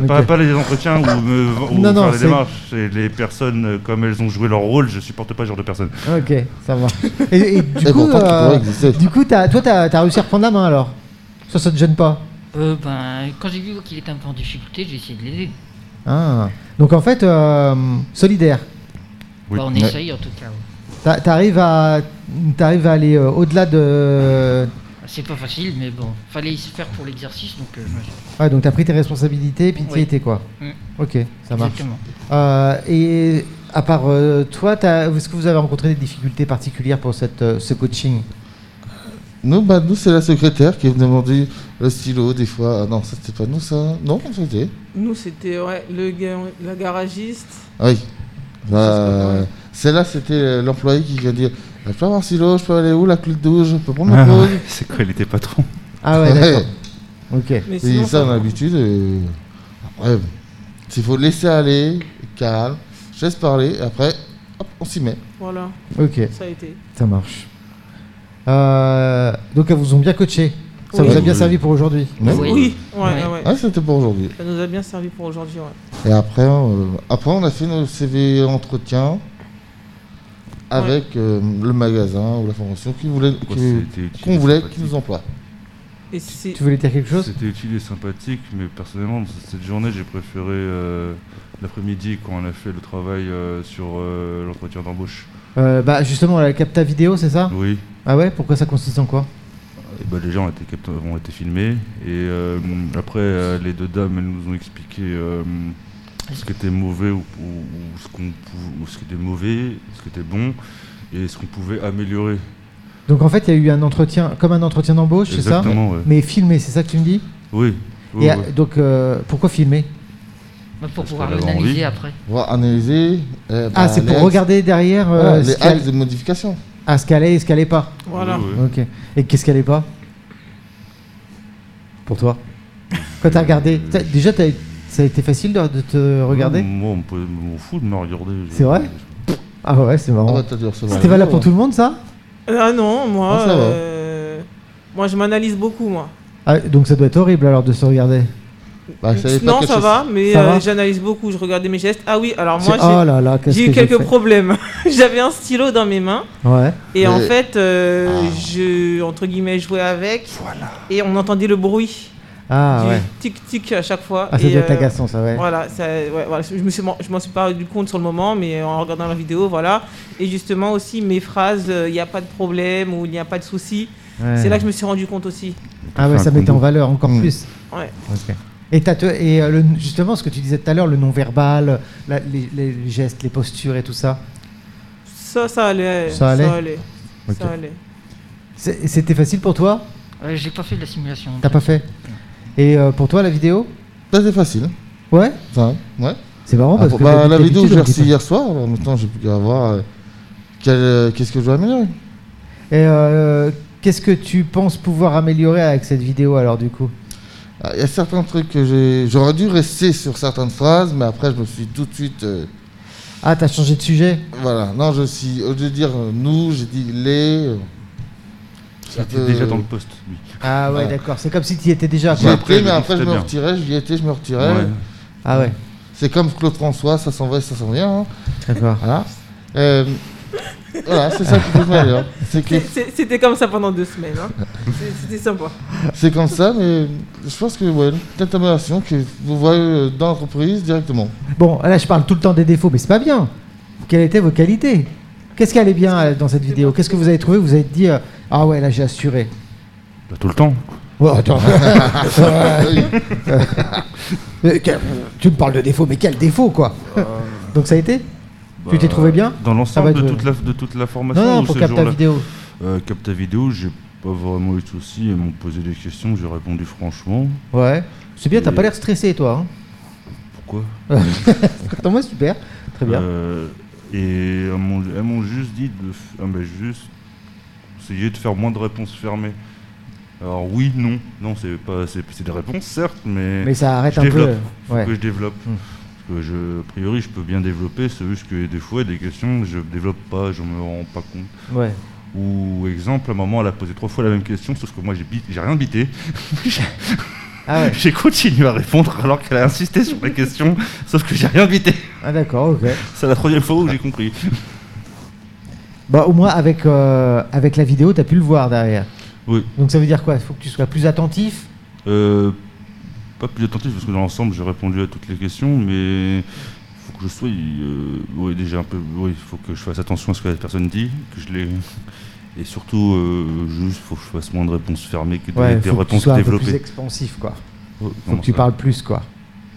Ok.
Pas, pas les entretiens ou, me, ou
Non, non,
faire les
c'est-
démarches. C'est les personnes, euh, comme elles ont joué leur rôle, je supporte pas ce genre de personnes.
Ok, ça va. Et, et du,
Et
coup,
Eh, pourtant, tu
euh,
pourrais exister.
du coup, t'as- toi, t'as as réussi à reprendre la main alors Ça, ça te gêne pas
Euh, ben, quand j'ai vu qu'il était un peu en difficulté, j'ai essayé de l'aider.
Ah. Donc en fait, euh, solidaire.
Oui.
Bah, on essaye en tout cas. ouais.
T'a- T'arrives à, t'arrives à aller euh, au-delà de.
C'est pas facile, mais bon, fallait se faire pour l'exercice, donc euh, je me suis-
Ouais, donc t'as pris tes responsabilités, puis t'y
Oui.
étais quoi.
Mm.
Ok, ça marche.
Exactement.
Euh, et à part euh, toi, t'as- est-ce que vous avez rencontré des difficultés particulières pour cette, euh, ce coaching
Nous, bah, nous c'est la secrétaire qui me demandait le stylo, des fois. Ah non, ça, c'était pas nous, ça. Non, c'était.
Nous, c'était ouais, le, ga- la garagiste.
Ah oui. Bah,
Ça, c'est
Celle-là, c'était euh, l'employé qui vient dire Ah, Je peux avoir un stylo, je peux aller où, la clé de douche, je peux prendre ma pause.
Ah, C'est quoi, il était patron
Ah ouais,
Ouais.
d'accord. Ok.
Mais
Et
sinon,
ça,
ça
on a
va.
l'habitude. et Après, bon, s'il faut laisser aller, calme, je laisse parler, et après, hop, on s'y met.
Voilà,
Ok,
ça a été.
ça marche. Euh, donc elles vous ont bien coaché. Ça
Oui.
vous a bien
Oui.
servi pour aujourd'hui.
Ouais.
Oui.
Oui, ouais,
Ouais.
ouais, ouais.
Ah, c'était pour aujourd'hui.
Ça nous a bien servi pour aujourd'hui. ouais.
Et après, euh, après, on a fait nos CV entretien avec euh, le magasin ou la formation qui voulait,
Pourquoi
qui-
c'était utile
qu'on
et
voulait
sympathique
qui nous emploie.
Et c'est
Tu voulais dire quelque chose
C'était utile et sympathique, mais personnellement, dans cette journée, j'ai préféré euh, l'après-midi quand on a fait le travail euh, sur euh, l'entretien d'embauche.
Euh, Bah justement, la capta vidéo, c'est ça
Oui.
Ah ouais Pourquoi ça consiste en quoi
Et bah, déjà, on était, capt- on était filmés. Et euh, après, euh, les deux dames, elles nous ont expliqué euh, ce qui était mauvais ou, ou- ou ce qu'on pou- ou ce qui était mauvais, ce qui était bon et ce qu'on pouvait améliorer.
Donc en fait, il y a eu un entretien, comme un entretien d'embauche, c'est ça
Exactement, ouais.
Mais filmé, c'est ça que tu me dis
Oui. oui,
Et euh,
oui.
donc euh, pourquoi filmer
Bah, pour
Parce
pouvoir
qu'elle avait envie.
l'analyser après.
On va analyser. euh,
Ah,
bah,
c'est
les
pour
axes-
regarder derrière euh,
voilà,
ce
Ah, les
qu'elle-
axes de modification.
Ah, ce qu'elle est et ce qu'elle est pas.
voilà.
Oui, oui.
Ok. Et qu'est-ce qu'elle est pas Pour toi Quand t'as regardé, t'as- déjà t'as- ça a été facile de, de te regarder
Mmh.
Moi, on me, on m'en fout de me regarder.
C'est vrai Ah ouais, c'est
Ah
marrant.
bah, t'as dû recevoir. hein.
C'était valable pour tout le monde, ça
Ah non, moi.
Ah, ça va.
euh, Moi, je m'analyse beaucoup, moi.
Ah, Donc ça doit être horrible alors de se regarder. Ah,
Bah, je savais pas
non,
que
ça
je-
va, mais
Ça
euh,
va
j'analyse beaucoup. Je regardais mes gestes. Ah oui, alors
C'est-
moi,
oh
j'ai-
là là, qu'est-ce
j'ai eu
que j'ai
quelques
fait
problèmes. J'avais un stylo dans mes mains.
Ouais.
Et en
Mais-
fait, euh,
Ah.
je, entre guillemets, jouais avec.
Voilà.
Et on entendait le bruit
Ah
du
ouais.
tic-tic à chaque fois.
Ah, ça
et,
doit être
euh,
agaçant, ça, ouais.
Voilà, ça- ouais, voilà, je me suis- je m'en suis pas rendu compte sur le moment, mais en regardant la vidéo, voilà. Et justement aussi mes phrases, euh, il n'y a pas de problème ou il n'y a pas de souci.
Ouais.
C'est là que je me suis rendu compte aussi.
Ah ouais,
Enfin,
ça mettait en
combo.
valeur encore
Mm.
plus.
Ouais.
Ok. Et, t'as te- et euh, le- justement, ce que tu disais tout à l'heure, le non-verbal, la- les, les gestes, les postures et tout ça,
Ça, ça allait.
Ça allait
Ça allait.
Ok.
ça allait.
c'est- c'était facile pour toi
Euh, J'ai pas fait de la simulation.
T'as pas fait Et euh, pour toi, la vidéo
Bah, c'est facile.
Ouais
Ça, ouais.
C'est marrant parce
Ah,
que.
bah, la
d'habitude,
vidéo que
on
j'ai
dit
reçue
pas.
hier soir, alors maintenant j'ai plus qu'à voir euh, quel, euh, qu'est-ce que je dois améliorer.
Et euh, qu'est-ce que tu penses pouvoir améliorer avec cette vidéo alors, du coup
Ah, Il y a certains trucs que j'ai. J'aurais dû rester sur certaines phrases, mais après je me suis tout de suite. euh,
Ah, t'as changé de sujet
voilà, non, je suis. Au lieu de dire euh, nous, j'ai dit les. euh,
Il
ça
était
peut-
déjà dans le poste, lui.
Ah ouais,
Ouais.
d'accord. C'est comme si tu y étais déjà.
J'y
Quoi.
Ouais.
étais,
Après,
mais
je
après
dis
je me
très bien.
retirais, j'y étais, je me retirais.
Ouais.
Ah ouais,
C'est comme Claude François, ça s'en va et ça s'en vient. hein.
d'accord.
Voilà. Euh, voilà, c'est ça qui peut m'aider. C'est que
C'est- c'est- C'était comme ça pendant deux semaines. hein. C'est- C'était sympa.
c'est comme ça, mais je pense que ouais, peut-être amélioration que vous voyez euh, dans l'entreprise directement.
Bon, là, je parle tout le temps des défauts, mais c'est pas bien. Quelles étaient vos qualités Qu'est-ce qui allait bien euh, dans cette vidéo Qu'est-ce que vous avez trouvé Vous avez dit euh, Ah ouais, là, j'ai assuré.
Bah, tout le temps.
Oh, attends. Ah,
Oui.
Euh, quel- tu me parles de défauts, mais quel défaut, quoi
Euh.
Donc, ça a été Tu t'es trouvé bien
Dans l'ensemble
Ah bah,
de,
je-
toute la, de toute la formation
Non, non,
ou
pour
ce
capter la
jour-là
vidéo.
Euh, Capta Vidéo, j'ai pas vraiment eu de soucis. Ils m'ont posé des questions, j'ai répondu franchement.
Ouais. Euh, C'est bien, t'as
Et-
pas l'air stressé,
hein.
toi.
Pourquoi
hein. Attends, moi, super. Très bien.
Euh, et elles m'ont elles m'ont juste dit de f- ah ben juste essayer de faire moins de réponses fermées. Alors oui, non, non, c'est pas, c'est c'est des réponses certes, mais,
mais ça arrête
je
un peu.
développe.
euh, ouais.
que je développe.
Mm.
Parce que je, a priori, je peux bien développer, c'est juste que des fois, il y a des questions, que je développe pas, je me rends pas compte.
ouais.
Ou exemple, à un moment, elle a posé trois fois la même question, sauf que moi, j'ai bit- j'ai rien bité.
Ah ouais.
J'ai continué à répondre alors qu'elle a insisté sur la question, sauf que j'ai rien bité.
Ah d'accord, ok.
C'est la troisième fois où j'ai compris.
Bah au moins avec, euh, avec la vidéo, t'as pu le voir derrière.
Oui.
Donc ça veut dire quoi Il faut que tu sois plus attentif.
Euh, pas plus attentif parce que dans l'ensemble j'ai répondu à toutes les questions, mais faut que je sois, euh, oui déjà un peu, oui faut que je fasse attention à ce que la personne dit, que je les, et surtout euh, juste faut que je fasse moins de réponses fermées que des, des
faut que tu
réponses
sois un peu plus
développées.
expansif, quoi.
Oh,
Faut
comment
que tu
ça
parles plus, quoi.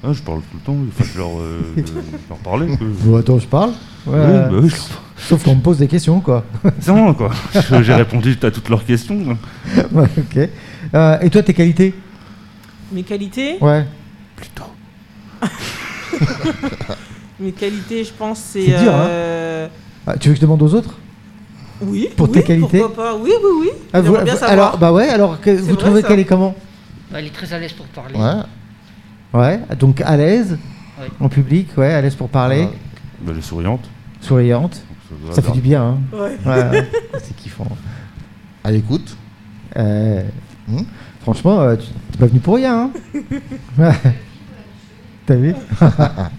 Ah, je parle tout le temps. Il faut que je leur, euh, je leur parler. quoi.
Bon, attends, je parle. Ouais,
bah. Oui,
euh,
bah oui, je leur parle.
Sauf qu'on me pose des questions, quoi.
C'est bon, quoi. Je- J'ai répondu à toutes leurs questions.
ouais, ok. Euh, et toi, tes qualités
Mes qualités,
Ouais.
Plutôt.
mes qualités, je pense, c'est.
C'est dur, hein.
euh,
Ah, tu veux que je demande aux autres
Oui.
Pour
oui,
tes qualités
Pourquoi pas Oui, oui, oui.
Ah, vous-
J'aimerais bien savoir.
Alors, bah ouais. Alors, que, vous
vrai,
trouvez
ça.
qu'elle est comment
bah, Elle est très à l'aise pour parler.
Ouais.
Ouais. Donc à l'aise
Ouais.
en public, ouais, à l'aise pour parler,
Ouais.
Bah, elle est souriante.
souriante.
doit
Ça fait
faire-
du bien. Hein.
Ouais.
Ouais, ouais. c'est kiffant.
À l'écoute.
Euh,
Hmm
franchement, euh, tu t'es pas venu pour rien. Hein T'as vu
Non,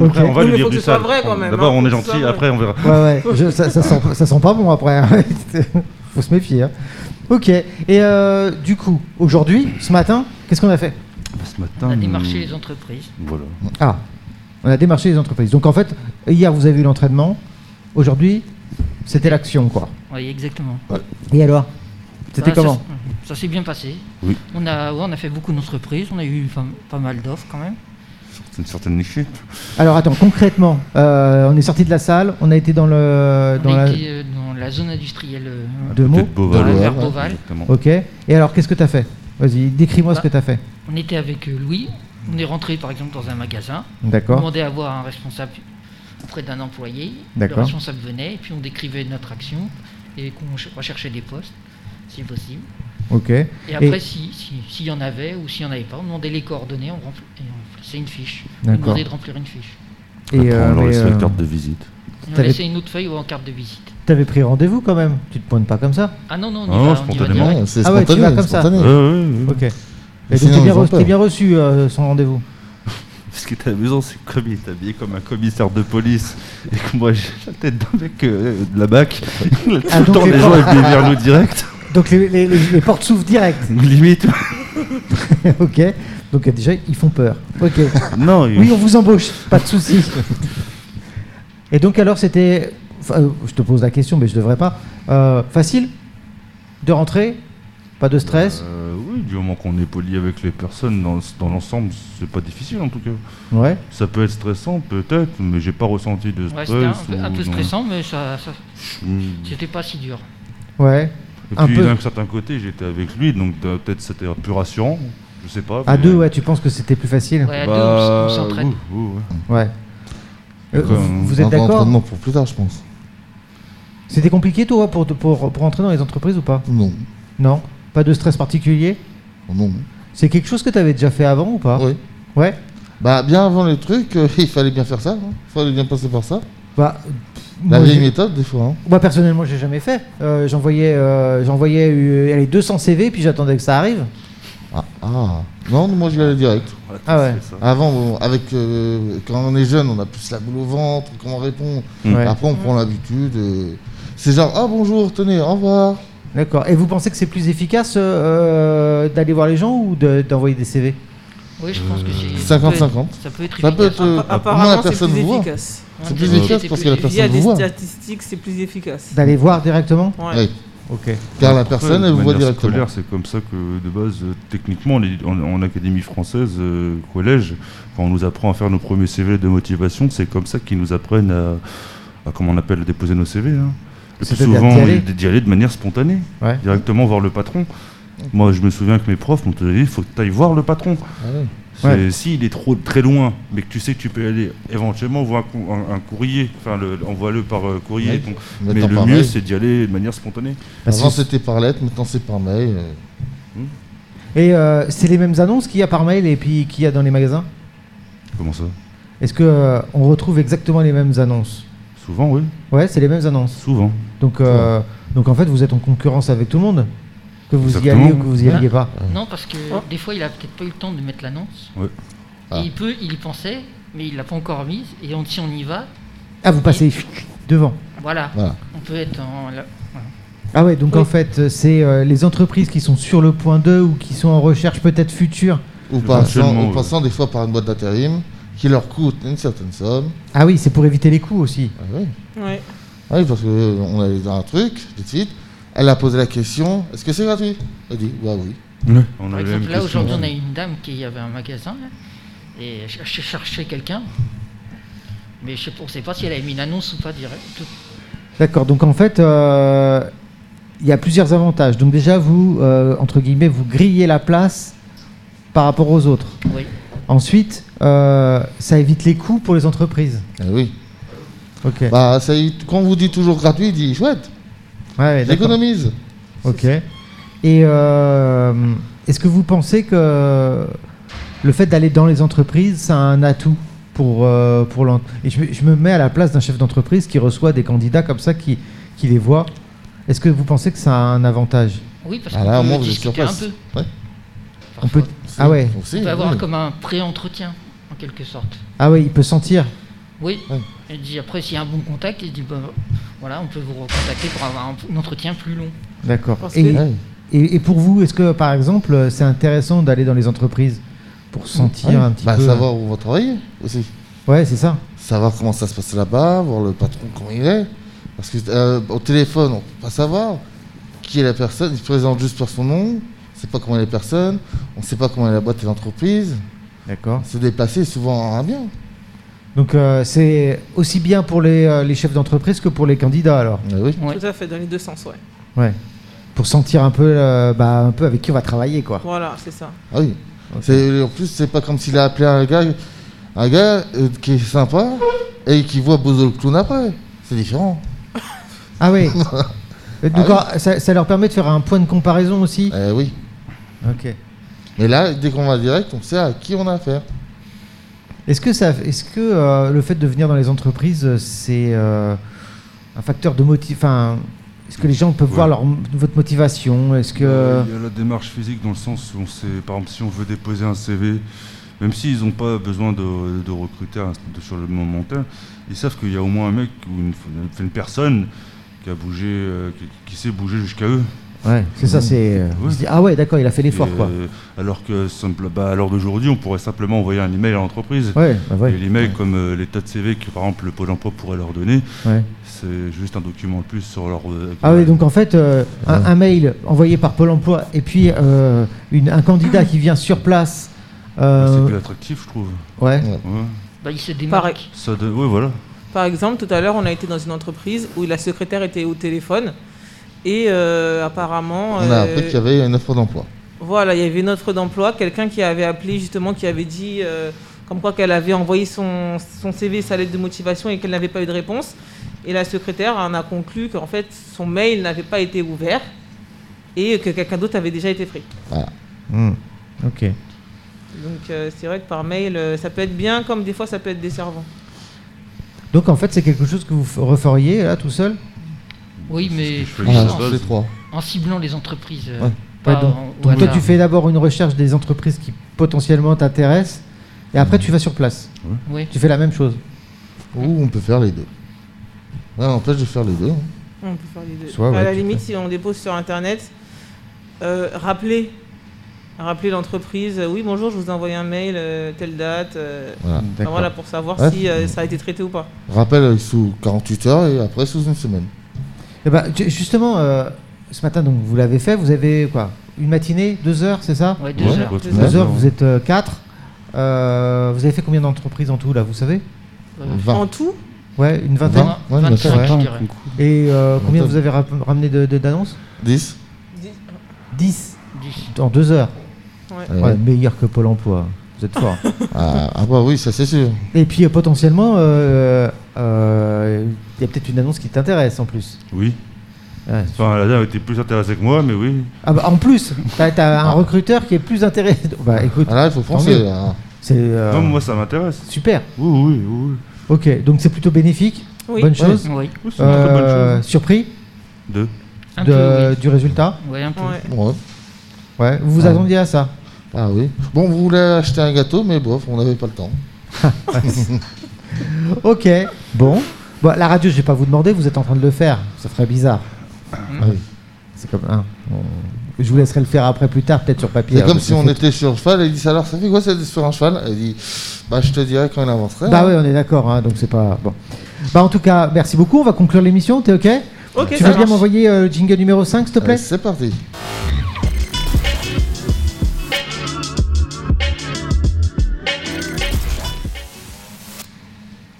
mais après,
Ok.
on va
Oui,
lui
mais
dire
faut que
du
ce soit
sale.
vrai, quand même,
D'abord
hein,
on
faut
est
que ce soit
gentil,
vrai.
après on verra.
Ouais, ouais. je- ça, ça sent, ça sent pas bon après. hein. Faut se méfier. hein. Ok. Et euh, du coup, aujourd'hui, ce matin, qu'est-ce qu'on a fait
Bah, Ce
On
matin.
a démarché
nous-
les entreprises.
Voilà.
Ah, on a démarché les entreprises. Donc en fait, hier vous avez eu l'entraînement. Aujourd'hui, c'était l'action, quoi.
Oui, exactement.
Et alors C'était
Ah, ça
comment
s- Ça s'est bien passé.
Oui.
On a, ouais, on a fait beaucoup d'entreprises, on a eu pas, pas mal d'offres quand même.
C'est une certaine niche.
Alors attends, concrètement, euh, on est sorti de la salle, on a été dans le dans
on a
la
été euh, dans la zone industrielle euh,
de mots.
Peut-être
dans
Beauval.
la
ouais,
vers
ouais.
Beauval.
Exactement.
Ok. Et alors, qu'est-ce que t'as fait Vas-y, décris-moi ce
Bah.
que t'as fait.
On était avec euh, Louis, on est rentré par exemple dans un magasin, on
D'accord.
demandait à voir un responsable auprès d'un employé. Le
D'accord.
responsable venait et puis on décrivait notre action et qu'on ch- recherchait des postes, si possible.
Ok.
Et après, si- si- s'il y en avait ou s'il n'y en avait pas, on demandait les coordonnées, on rempli- et on remplissait une fiche. On
D'accord.
demandait de remplir une fiche.
et, euh,
on leur
mais,
laisse
euh,
la carte de visite.
Et On
T'avais-
laissait une autre feuille ou en carte de visite.
T'avais pris rendez-vous quand même. Tu te pointes pas comme ça.
Ah non, non, on y
Ah non,
va, on y va
spontanément.
direct.
Ouais, c'est
Ah ouais, tu
spontané,
vas comme ça.
spontané.
Ok. Et donc
Sinon,
t'es bien,
ils ont
re- t'es
peur.
bien reçu euh, son rendez-vous.
Ce qui est amusant, c'est que comme il est habillé comme un commissaire de police et que moi j'ai la tête d'un mec euh, de la BAC, tout
Ah,
le
donc
temps
les
les gens
portes-
ils venaient vers nous direct,
Donc les, les- les- les portes s'ouvrent direct.
limite.
ok. Donc euh, déjà ils font peur. Ok.
Non,
Oui, on vous embauche, pas de souci. Et donc alors c'était, enfin, euh, je te pose la question, mais je devrais pas. Euh, facile de rentrer, pas de stress.
Euh, oui, du moment qu'on est poli avec les personnes dans, dans l'ensemble, c'est pas difficile en tout cas.
Ouais.
Ça peut être stressant peut-être, mais j'ai pas ressenti de
Ouais,
stress.
c'était un, peu- un
ou
peu
non.
stressant, mais ça, ça-
Mm.
c'était pas si dur.
Ouais.
Et
un
puis
peu.
d'un certain côté, j'étais avec lui, donc euh, peut-être c'était plus rassurant. Je sais pas.
À
mais-
deux, ouais. Tu penses que c'était plus facile.
Ouais, à deux,
Bah,
euh,
on s- on s'entraide.
ouh, ouh, ouais.
Ouais. Euh,
D'accord.
vous, vous
Un
êtes
grand
d'accord
entraînement pour plus tard, je pense.
C'était compliqué toi pour, pour, pour entrer dans les entreprises ou pas
Non.
Non Pas de stress particulier
Non.
C'est quelque chose que tu avais déjà fait avant ou pas
Oui.
Ouais
Bah, bien avant le truc, euh, il fallait bien faire ça. hein. Il fallait bien passer par ça.
Bah, pff,
La
moi,
vieille
j'ai-
méthode, des fois. hein.
moi, personnellement j'ai jamais fait. Euh, J'envoyais euh, j'envoyais, euh, allez, 200 CV puis j'attendais que ça arrive.
Ah, ah. Non, moi, j'y allais direct.
Voilà,
Ah ouais.
c'est ça.
Avant, bon, avec, euh, quand on est jeune, on a plus la boule au ventre, comment répondre.
Mm.
Ouais.
Après, on prend l'habitude. et C'est genre, ah bonjour, tenez, au revoir.
D'accord. Et vous pensez que c'est plus efficace euh, d'aller voir les gens ou de- d'envoyer des CV
Oui, je pense que c'est.
50-50.
Ça peut être
Ça peut être.
efficace.
euh, au moins,
Apparemment,
la
c'est
personne
plus
vous voit.
efficace.
C'est
Ouais,
plus
c'était
efficace parce que la
plus-
personne
Via
vous
des
voit.
statistiques, c'est plus efficace.
D'aller voir directement
Ouais.
Ouais.
Ok.
Car la
Après,
personne,
de
elle vous voit
manière
directement.
scolaire, c'est comme ça que, de base, euh, techniquement, les- en, en académie française, euh, collège, quand on nous apprend à faire nos premiers CV de motivation, c'est comme ça qu'ils nous apprennent à, à, comment on appelle, déposer nos CV. hein. Le plus
C'est-à-dire d'y
souvent,
aller.
ils- d'y aller de manière spontanée,
Ouais.
directement voir le patron. Moi, je me souviens que mes profs m'ont dit, il faut que tu ailles voir le patron.
Ah ouais.
C'est- S'il est trop très loin, mais que tu sais que tu peux aller éventuellement voir un, cou- un- un courrier, enfin, le- envoie-le par euh, courrier.
Ouais.
et ton-
Maintenant,
Mais le
par
mieux,
mail.
c'est Bah, d'y aller de manière spontanée.
Parce
Avant,
que-
c'était par lettre, maintenant, c'est par mail. euh.
Et euh, c'est les mêmes annonces qu'il y a par mail et puis qu'il y a dans les magasins
Comment ça
Est-ce que euh, on retrouve exactement les mêmes annonces
Souvent, oui.
Ouais, c'est les mêmes annonces.
Souvent.
Donc, euh, donc en fait, vous êtes en concurrence avec tout le monde Que vous y
Exactement.
alliez ou que vous y
Ouais.
alliez pas
Non, parce que
Oh.
des fois, il a peut-être pas eu le temps de mettre l'annonce.
Ouais.
Ah.
Et il peut, il y pensait, mais il l'a pas encore mise. Et on, si on y va,
Ah, vous passez devant.
voilà,
Voilà.
on peut être en. la- voilà.
Ah ouais, donc
Oui.
en fait, euh, c'est euh, les entreprises qui sont sur le point 2 ou qui sont en recherche peut-être future.
Ou
Éventuellement,
passant, ou
ouais.
passant des fois par une boîte d'intérim qui leur coûte une certaine somme.
Ah oui, c'est pour éviter les coûts aussi.
Ah oui. Ah
Ouais.
Oui, parce qu'on allait dans un truc, tout de suite. Elle a posé la question est-ce que c'est gratuit Elle dit bah oui.
On
Par
a les mêmes
exemple, là,
questions.
aujourd'hui, on a une dame qui avait un magasin, là, et elle cherchait, cherchait quelqu'un. Mais je sais, pas- on sait pas si elle avait mis une annonce ou pas direct.
D'accord, donc en fait, euh, il y a plusieurs avantages. Donc déjà, vous, euh, entre guillemets, vous grillez la place par rapport aux autres.
Oui.
Ensuite, euh, ça évite les coûts pour les entreprises.
Ah oui.
Ok.
Eh.
Bah, ça, y- quand on vous dit toujours gratuit, il dit chouette,
Ouais, d'accord.
j'économise.
Ok. Et euh, est-ce que vous pensez que le fait d'aller dans les entreprises, c'est un atout pour, euh, pour l'en- Et je, me- je me mets à la place d'un chef d'entreprise qui reçoit des candidats comme ça, qui, qui les voit. Est-ce que vous pensez que ça a un avantage
Oui, parce
Ah
qu'on
là, au
peut
moins, vous êtes sur
discuter un
place.
peu.
Ouais.
On
parfois.
peut... Ah ouais.
Aussi,
On peut avoir
oui.
comme un pré-entretien, en quelque sorte.
Ah ouais, il peut sentir.
Oui.
Ouais.
Elle dit après s'il y a un bon contact, il dit bah, voilà, on peut vous recontacter pour avoir un, un entretien plus long.
D'accord.
Parce
Et,
que-
Ouais.
et- et pour vous, est-ce que par exemple, euh, c'est intéressant d'aller dans les entreprises pour sentir
Ouais.
un petit
Bah,
peu
savoir où on va travailler aussi.
Ouais, c'est ça.
Savoir comment ça se passe là-bas, voir le patron comment il est. Parce que euh, au téléphone, on peut pas savoir qui est la personne. Il se présente juste par son nom. On sait pas comment est la personne. On sait pas comment est la boîte et l'entreprise.
D'accord.
Se déplacer est souvent un bien.
Donc euh, c'est aussi bien pour les, euh, les chefs d'entreprise que pour les candidats alors.
Ah oui.
Ouais.
Tout à fait, dans les deux sens, ouais.
Ouais. Pour sentir un peu, euh, bah, un peu avec qui on va travailler, quoi.
Voilà, c'est ça.
Ah oui. C'est- En plus, c'est pas comme s'il a appelé un gars, un gars euh, qui est sympa et qui voit Bozo le clown après. C'est différent.
Ah oui. Euh, donc,
Ah
euh, ça, ça leur permet de faire un point de comparaison aussi.
Eh oui.
Ok.
Mais là, dès qu'on va direct, on sait à qui on a affaire.
Est-ce que, ça, est-ce que euh, le fait de venir dans les entreprises, euh, c'est euh, un facteur de motivation Est-ce que les gens peuvent
Ouais.
voir leur, votre motivation Est-ce que...
Euh, Il y a la démarche physique dans le sens où on sait, par exemple, si on veut déposer un CV, même s'ils n'ont pas besoin de, de recruter un- de- sur le moment tel, ils savent qu'il y a au moins un mec ou une, une personne qui a bougé, euh, qui, qui s'est bougé jusqu'à eux.
Ouais, c'est ça, c'est... euh,
Ouais.
on se dit, ah ouais, d'accord, il a fait l'effort,
Et,
quoi.
euh, alors que simple, bah, à l'heure d'aujourd'hui, on pourrait simplement envoyer un email à l'entreprise.
Ouais, bah ouais.
Et l'email, comme euh, les tas de CV que par exemple le Pôle emploi pourrait leur donner,
ouais.
c'est juste un document de plus sur leur. euh,
Ah oui, donc en fait, euh, un, un mail envoyé par Pôle emploi et puis euh, une- un candidat qui vient sur place...
Ah, C'est
euh,
plus attractif, je trouve.
ouais.
Ouais.
Bah, il se démarque.
Ça de- ouais, voilà.
Par exemple, tout à l'heure, on a été dans une entreprise où la secrétaire était au téléphone et euh, apparemment,
On a
euh,
appris qu'il y avait une offre d'emploi.
voilà, il y avait une offre d'emploi, quelqu'un qui avait appelé justement, qui avait dit euh, comme quoi qu'elle avait envoyé son, son CV, sa lettre de motivation et qu'elle n'avait pas eu de réponse. Et la secrétaire en a conclu qu'en fait, son mail n'avait pas été ouvert et que quelqu'un d'autre avait déjà été pris.
Hmm, Ok.
Donc euh, c'est vrai que par mail, euh, ça peut être bien comme des fois ça peut être desservant.
Donc en fait, c'est quelque chose que vous f- referiez, là, tout seul
Oui,
C'est
mais
ce que je fais,
Voilà,
ça se
je
base.
fais trois.
en ciblant les entreprises. euh,
Ouais.
pas
Ouais, donc-
en- au
Donc toi,
hasard.
tu fais d'abord une recherche des entreprises qui potentiellement t'intéressent, et après tu vas sur place.
Oui.
Tu fais la même chose.
Ou on peut faire les deux. Rien n'empêche de faire les deux. hein.
On peut faire les deux.
Soit, ouais,
à la
tout à
limite, si on dépose sur Internet, euh, rappelez, rappelez l'entreprise. euh, Oui, bonjour, je vous ai envoyé un mail, euh, telle date. euh,
Voilà.
enfin, voilà, pour savoir
Ouais.
si euh, ça a été traité ou pas.
Rappel euh, sous 48 heures et après sous une semaine.
Eh ben, ju- justement, euh, ce matin, donc vous l'avez fait, vous avez quoi Une matinée, deux heures, c'est ça
Ouais, deux
Ouais, bah,
heures.
ouais,
Deux
ouais.
Deux heures, vous êtes euh, quatre. Euh, vous avez fait combien d'entreprises en tout là, vous savez
Euh,
20.
En tout,
Ouais, une vingtaine.
Vingt. Ouais,
25,
mais
ça,
je
ouais.
dirais.
Et euh, combien
Vingtaine.
vous avez ra- ramené de- de- d'annonces
10
dis-
Dix.
10.
En deux heures.
ouais.
Ouais.
Ouais, Euh, meilleur que Pôle emploi. Vous êtes fort.
Ah, ah bah oui, ça c'est sûr.
Et puis euh, potentiellement, euh, euh, il y a peut-être une annonce qui t'intéresse en plus.
Oui.
Ouais.
Enfin, la dame était plus intéressée que moi, mais oui.
Ah bah, en plus, t'as t'as un recruteur qui est plus intéressé. Bah écoute,
Ah là, il faut
Tant
penser.
mieux.
hein.
c'est euh,
Non, moi, ça m'intéresse.
super.
Oui, oui, oui. oui.
Ok, donc c'est plutôt bénéfique.
Oui.
Bonne chose.
Oui.
Oui, c'est une très bonne
Euh,
chose.
surpris
Deux.
Un
de-
peu.
du résultat.
Oui. Ouais, un peu.
Ouais.
Bon, ouais.
Ouais. Vous vous
Ah.
attendiez à ça.
Ah oui. Bon, vous voulez acheter un gâteau, mais bof, on n'avait pas le temps.
Ok. Bon. Bon, la radio, je vais pas vous demander. Vous êtes en train de le faire. Ça ferait bizarre.
Ah oui.
C'est comme hein, on- Je vous laisserai le faire après plus tard, peut-être sur papier.
C'est
hein,
comme
parce
si
que
on
c'est-
était sur un cheval et il dit alors ça fait quoi ça sur un cheval Elle dit bah je te dirai quand il avancera.
Bah oui, on est d'accord. hein, donc c'est pas bon. Bah en tout cas, merci beaucoup. On va conclure l'émission. T'es ok
Ok,
Tu
ça
veux bien
marche.
m'envoyer euh, le jingle numéro 5, s'il te plaît
Allez, c'est parti.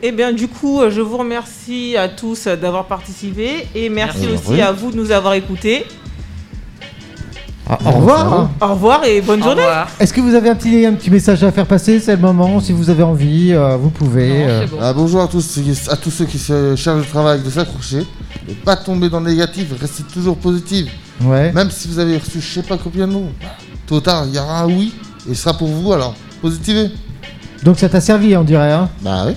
Eh bien, du coup, euh, je vous remercie à tous euh, d'avoir participé et merci
Merci.
aussi à vous de nous avoir écoutés.
Ah, Au revoir. hein.
Au revoir et bonne
Au
journée.
revoir.
Est-ce que vous avez un petit, un petit message à faire passer C'est le moment. Si vous avez envie, euh, vous pouvez.
Non,
euh,
c'est bon.
Ah, bonjour à tous, ceux- à tous ceux qui se chargent du travail de s'accrocher. Ne pas tomber dans le négatif, restez toujours positif.
Ouais.
Même si vous avez reçu je sais pas combien de noms. Tôt ou tard, il y aura un oui et ce sera pour vous alors. Positivez.
Donc ça t'a servi, on dirait. Hein
Bah oui,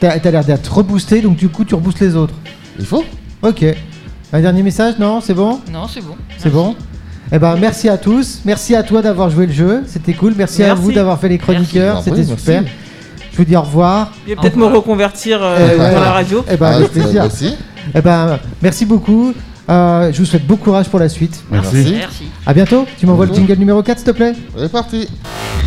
T'as t'as l'air d'être reboosté, donc du coup, tu reboostes les autres.
il faut.
Ok. Un dernier message Non, c'est bon
Non, c'est bon.
C'est bon Eh ben, merci à tous. Merci à toi d'avoir joué le jeu. C'était cool. Merci, à
Merci.
vous d'avoir fait les chroniqueurs.
Merci.
C'était
Ah oui,
super.
merci.
Je vous dis au revoir.
Je vais peut-être me reconvertir euh,
Eh ben,
dans la radio.
Eh ben,
Ah,
avec
bah,
plaisir.
Merci.
Eh ben, merci beaucoup. Euh, je vous souhaite bon courage pour la suite.
Merci.
Merci.
À bientôt. Tu m'envoies le
Bonjour.
jingle numéro 4, s'il te plaît
On est parti.
Merci.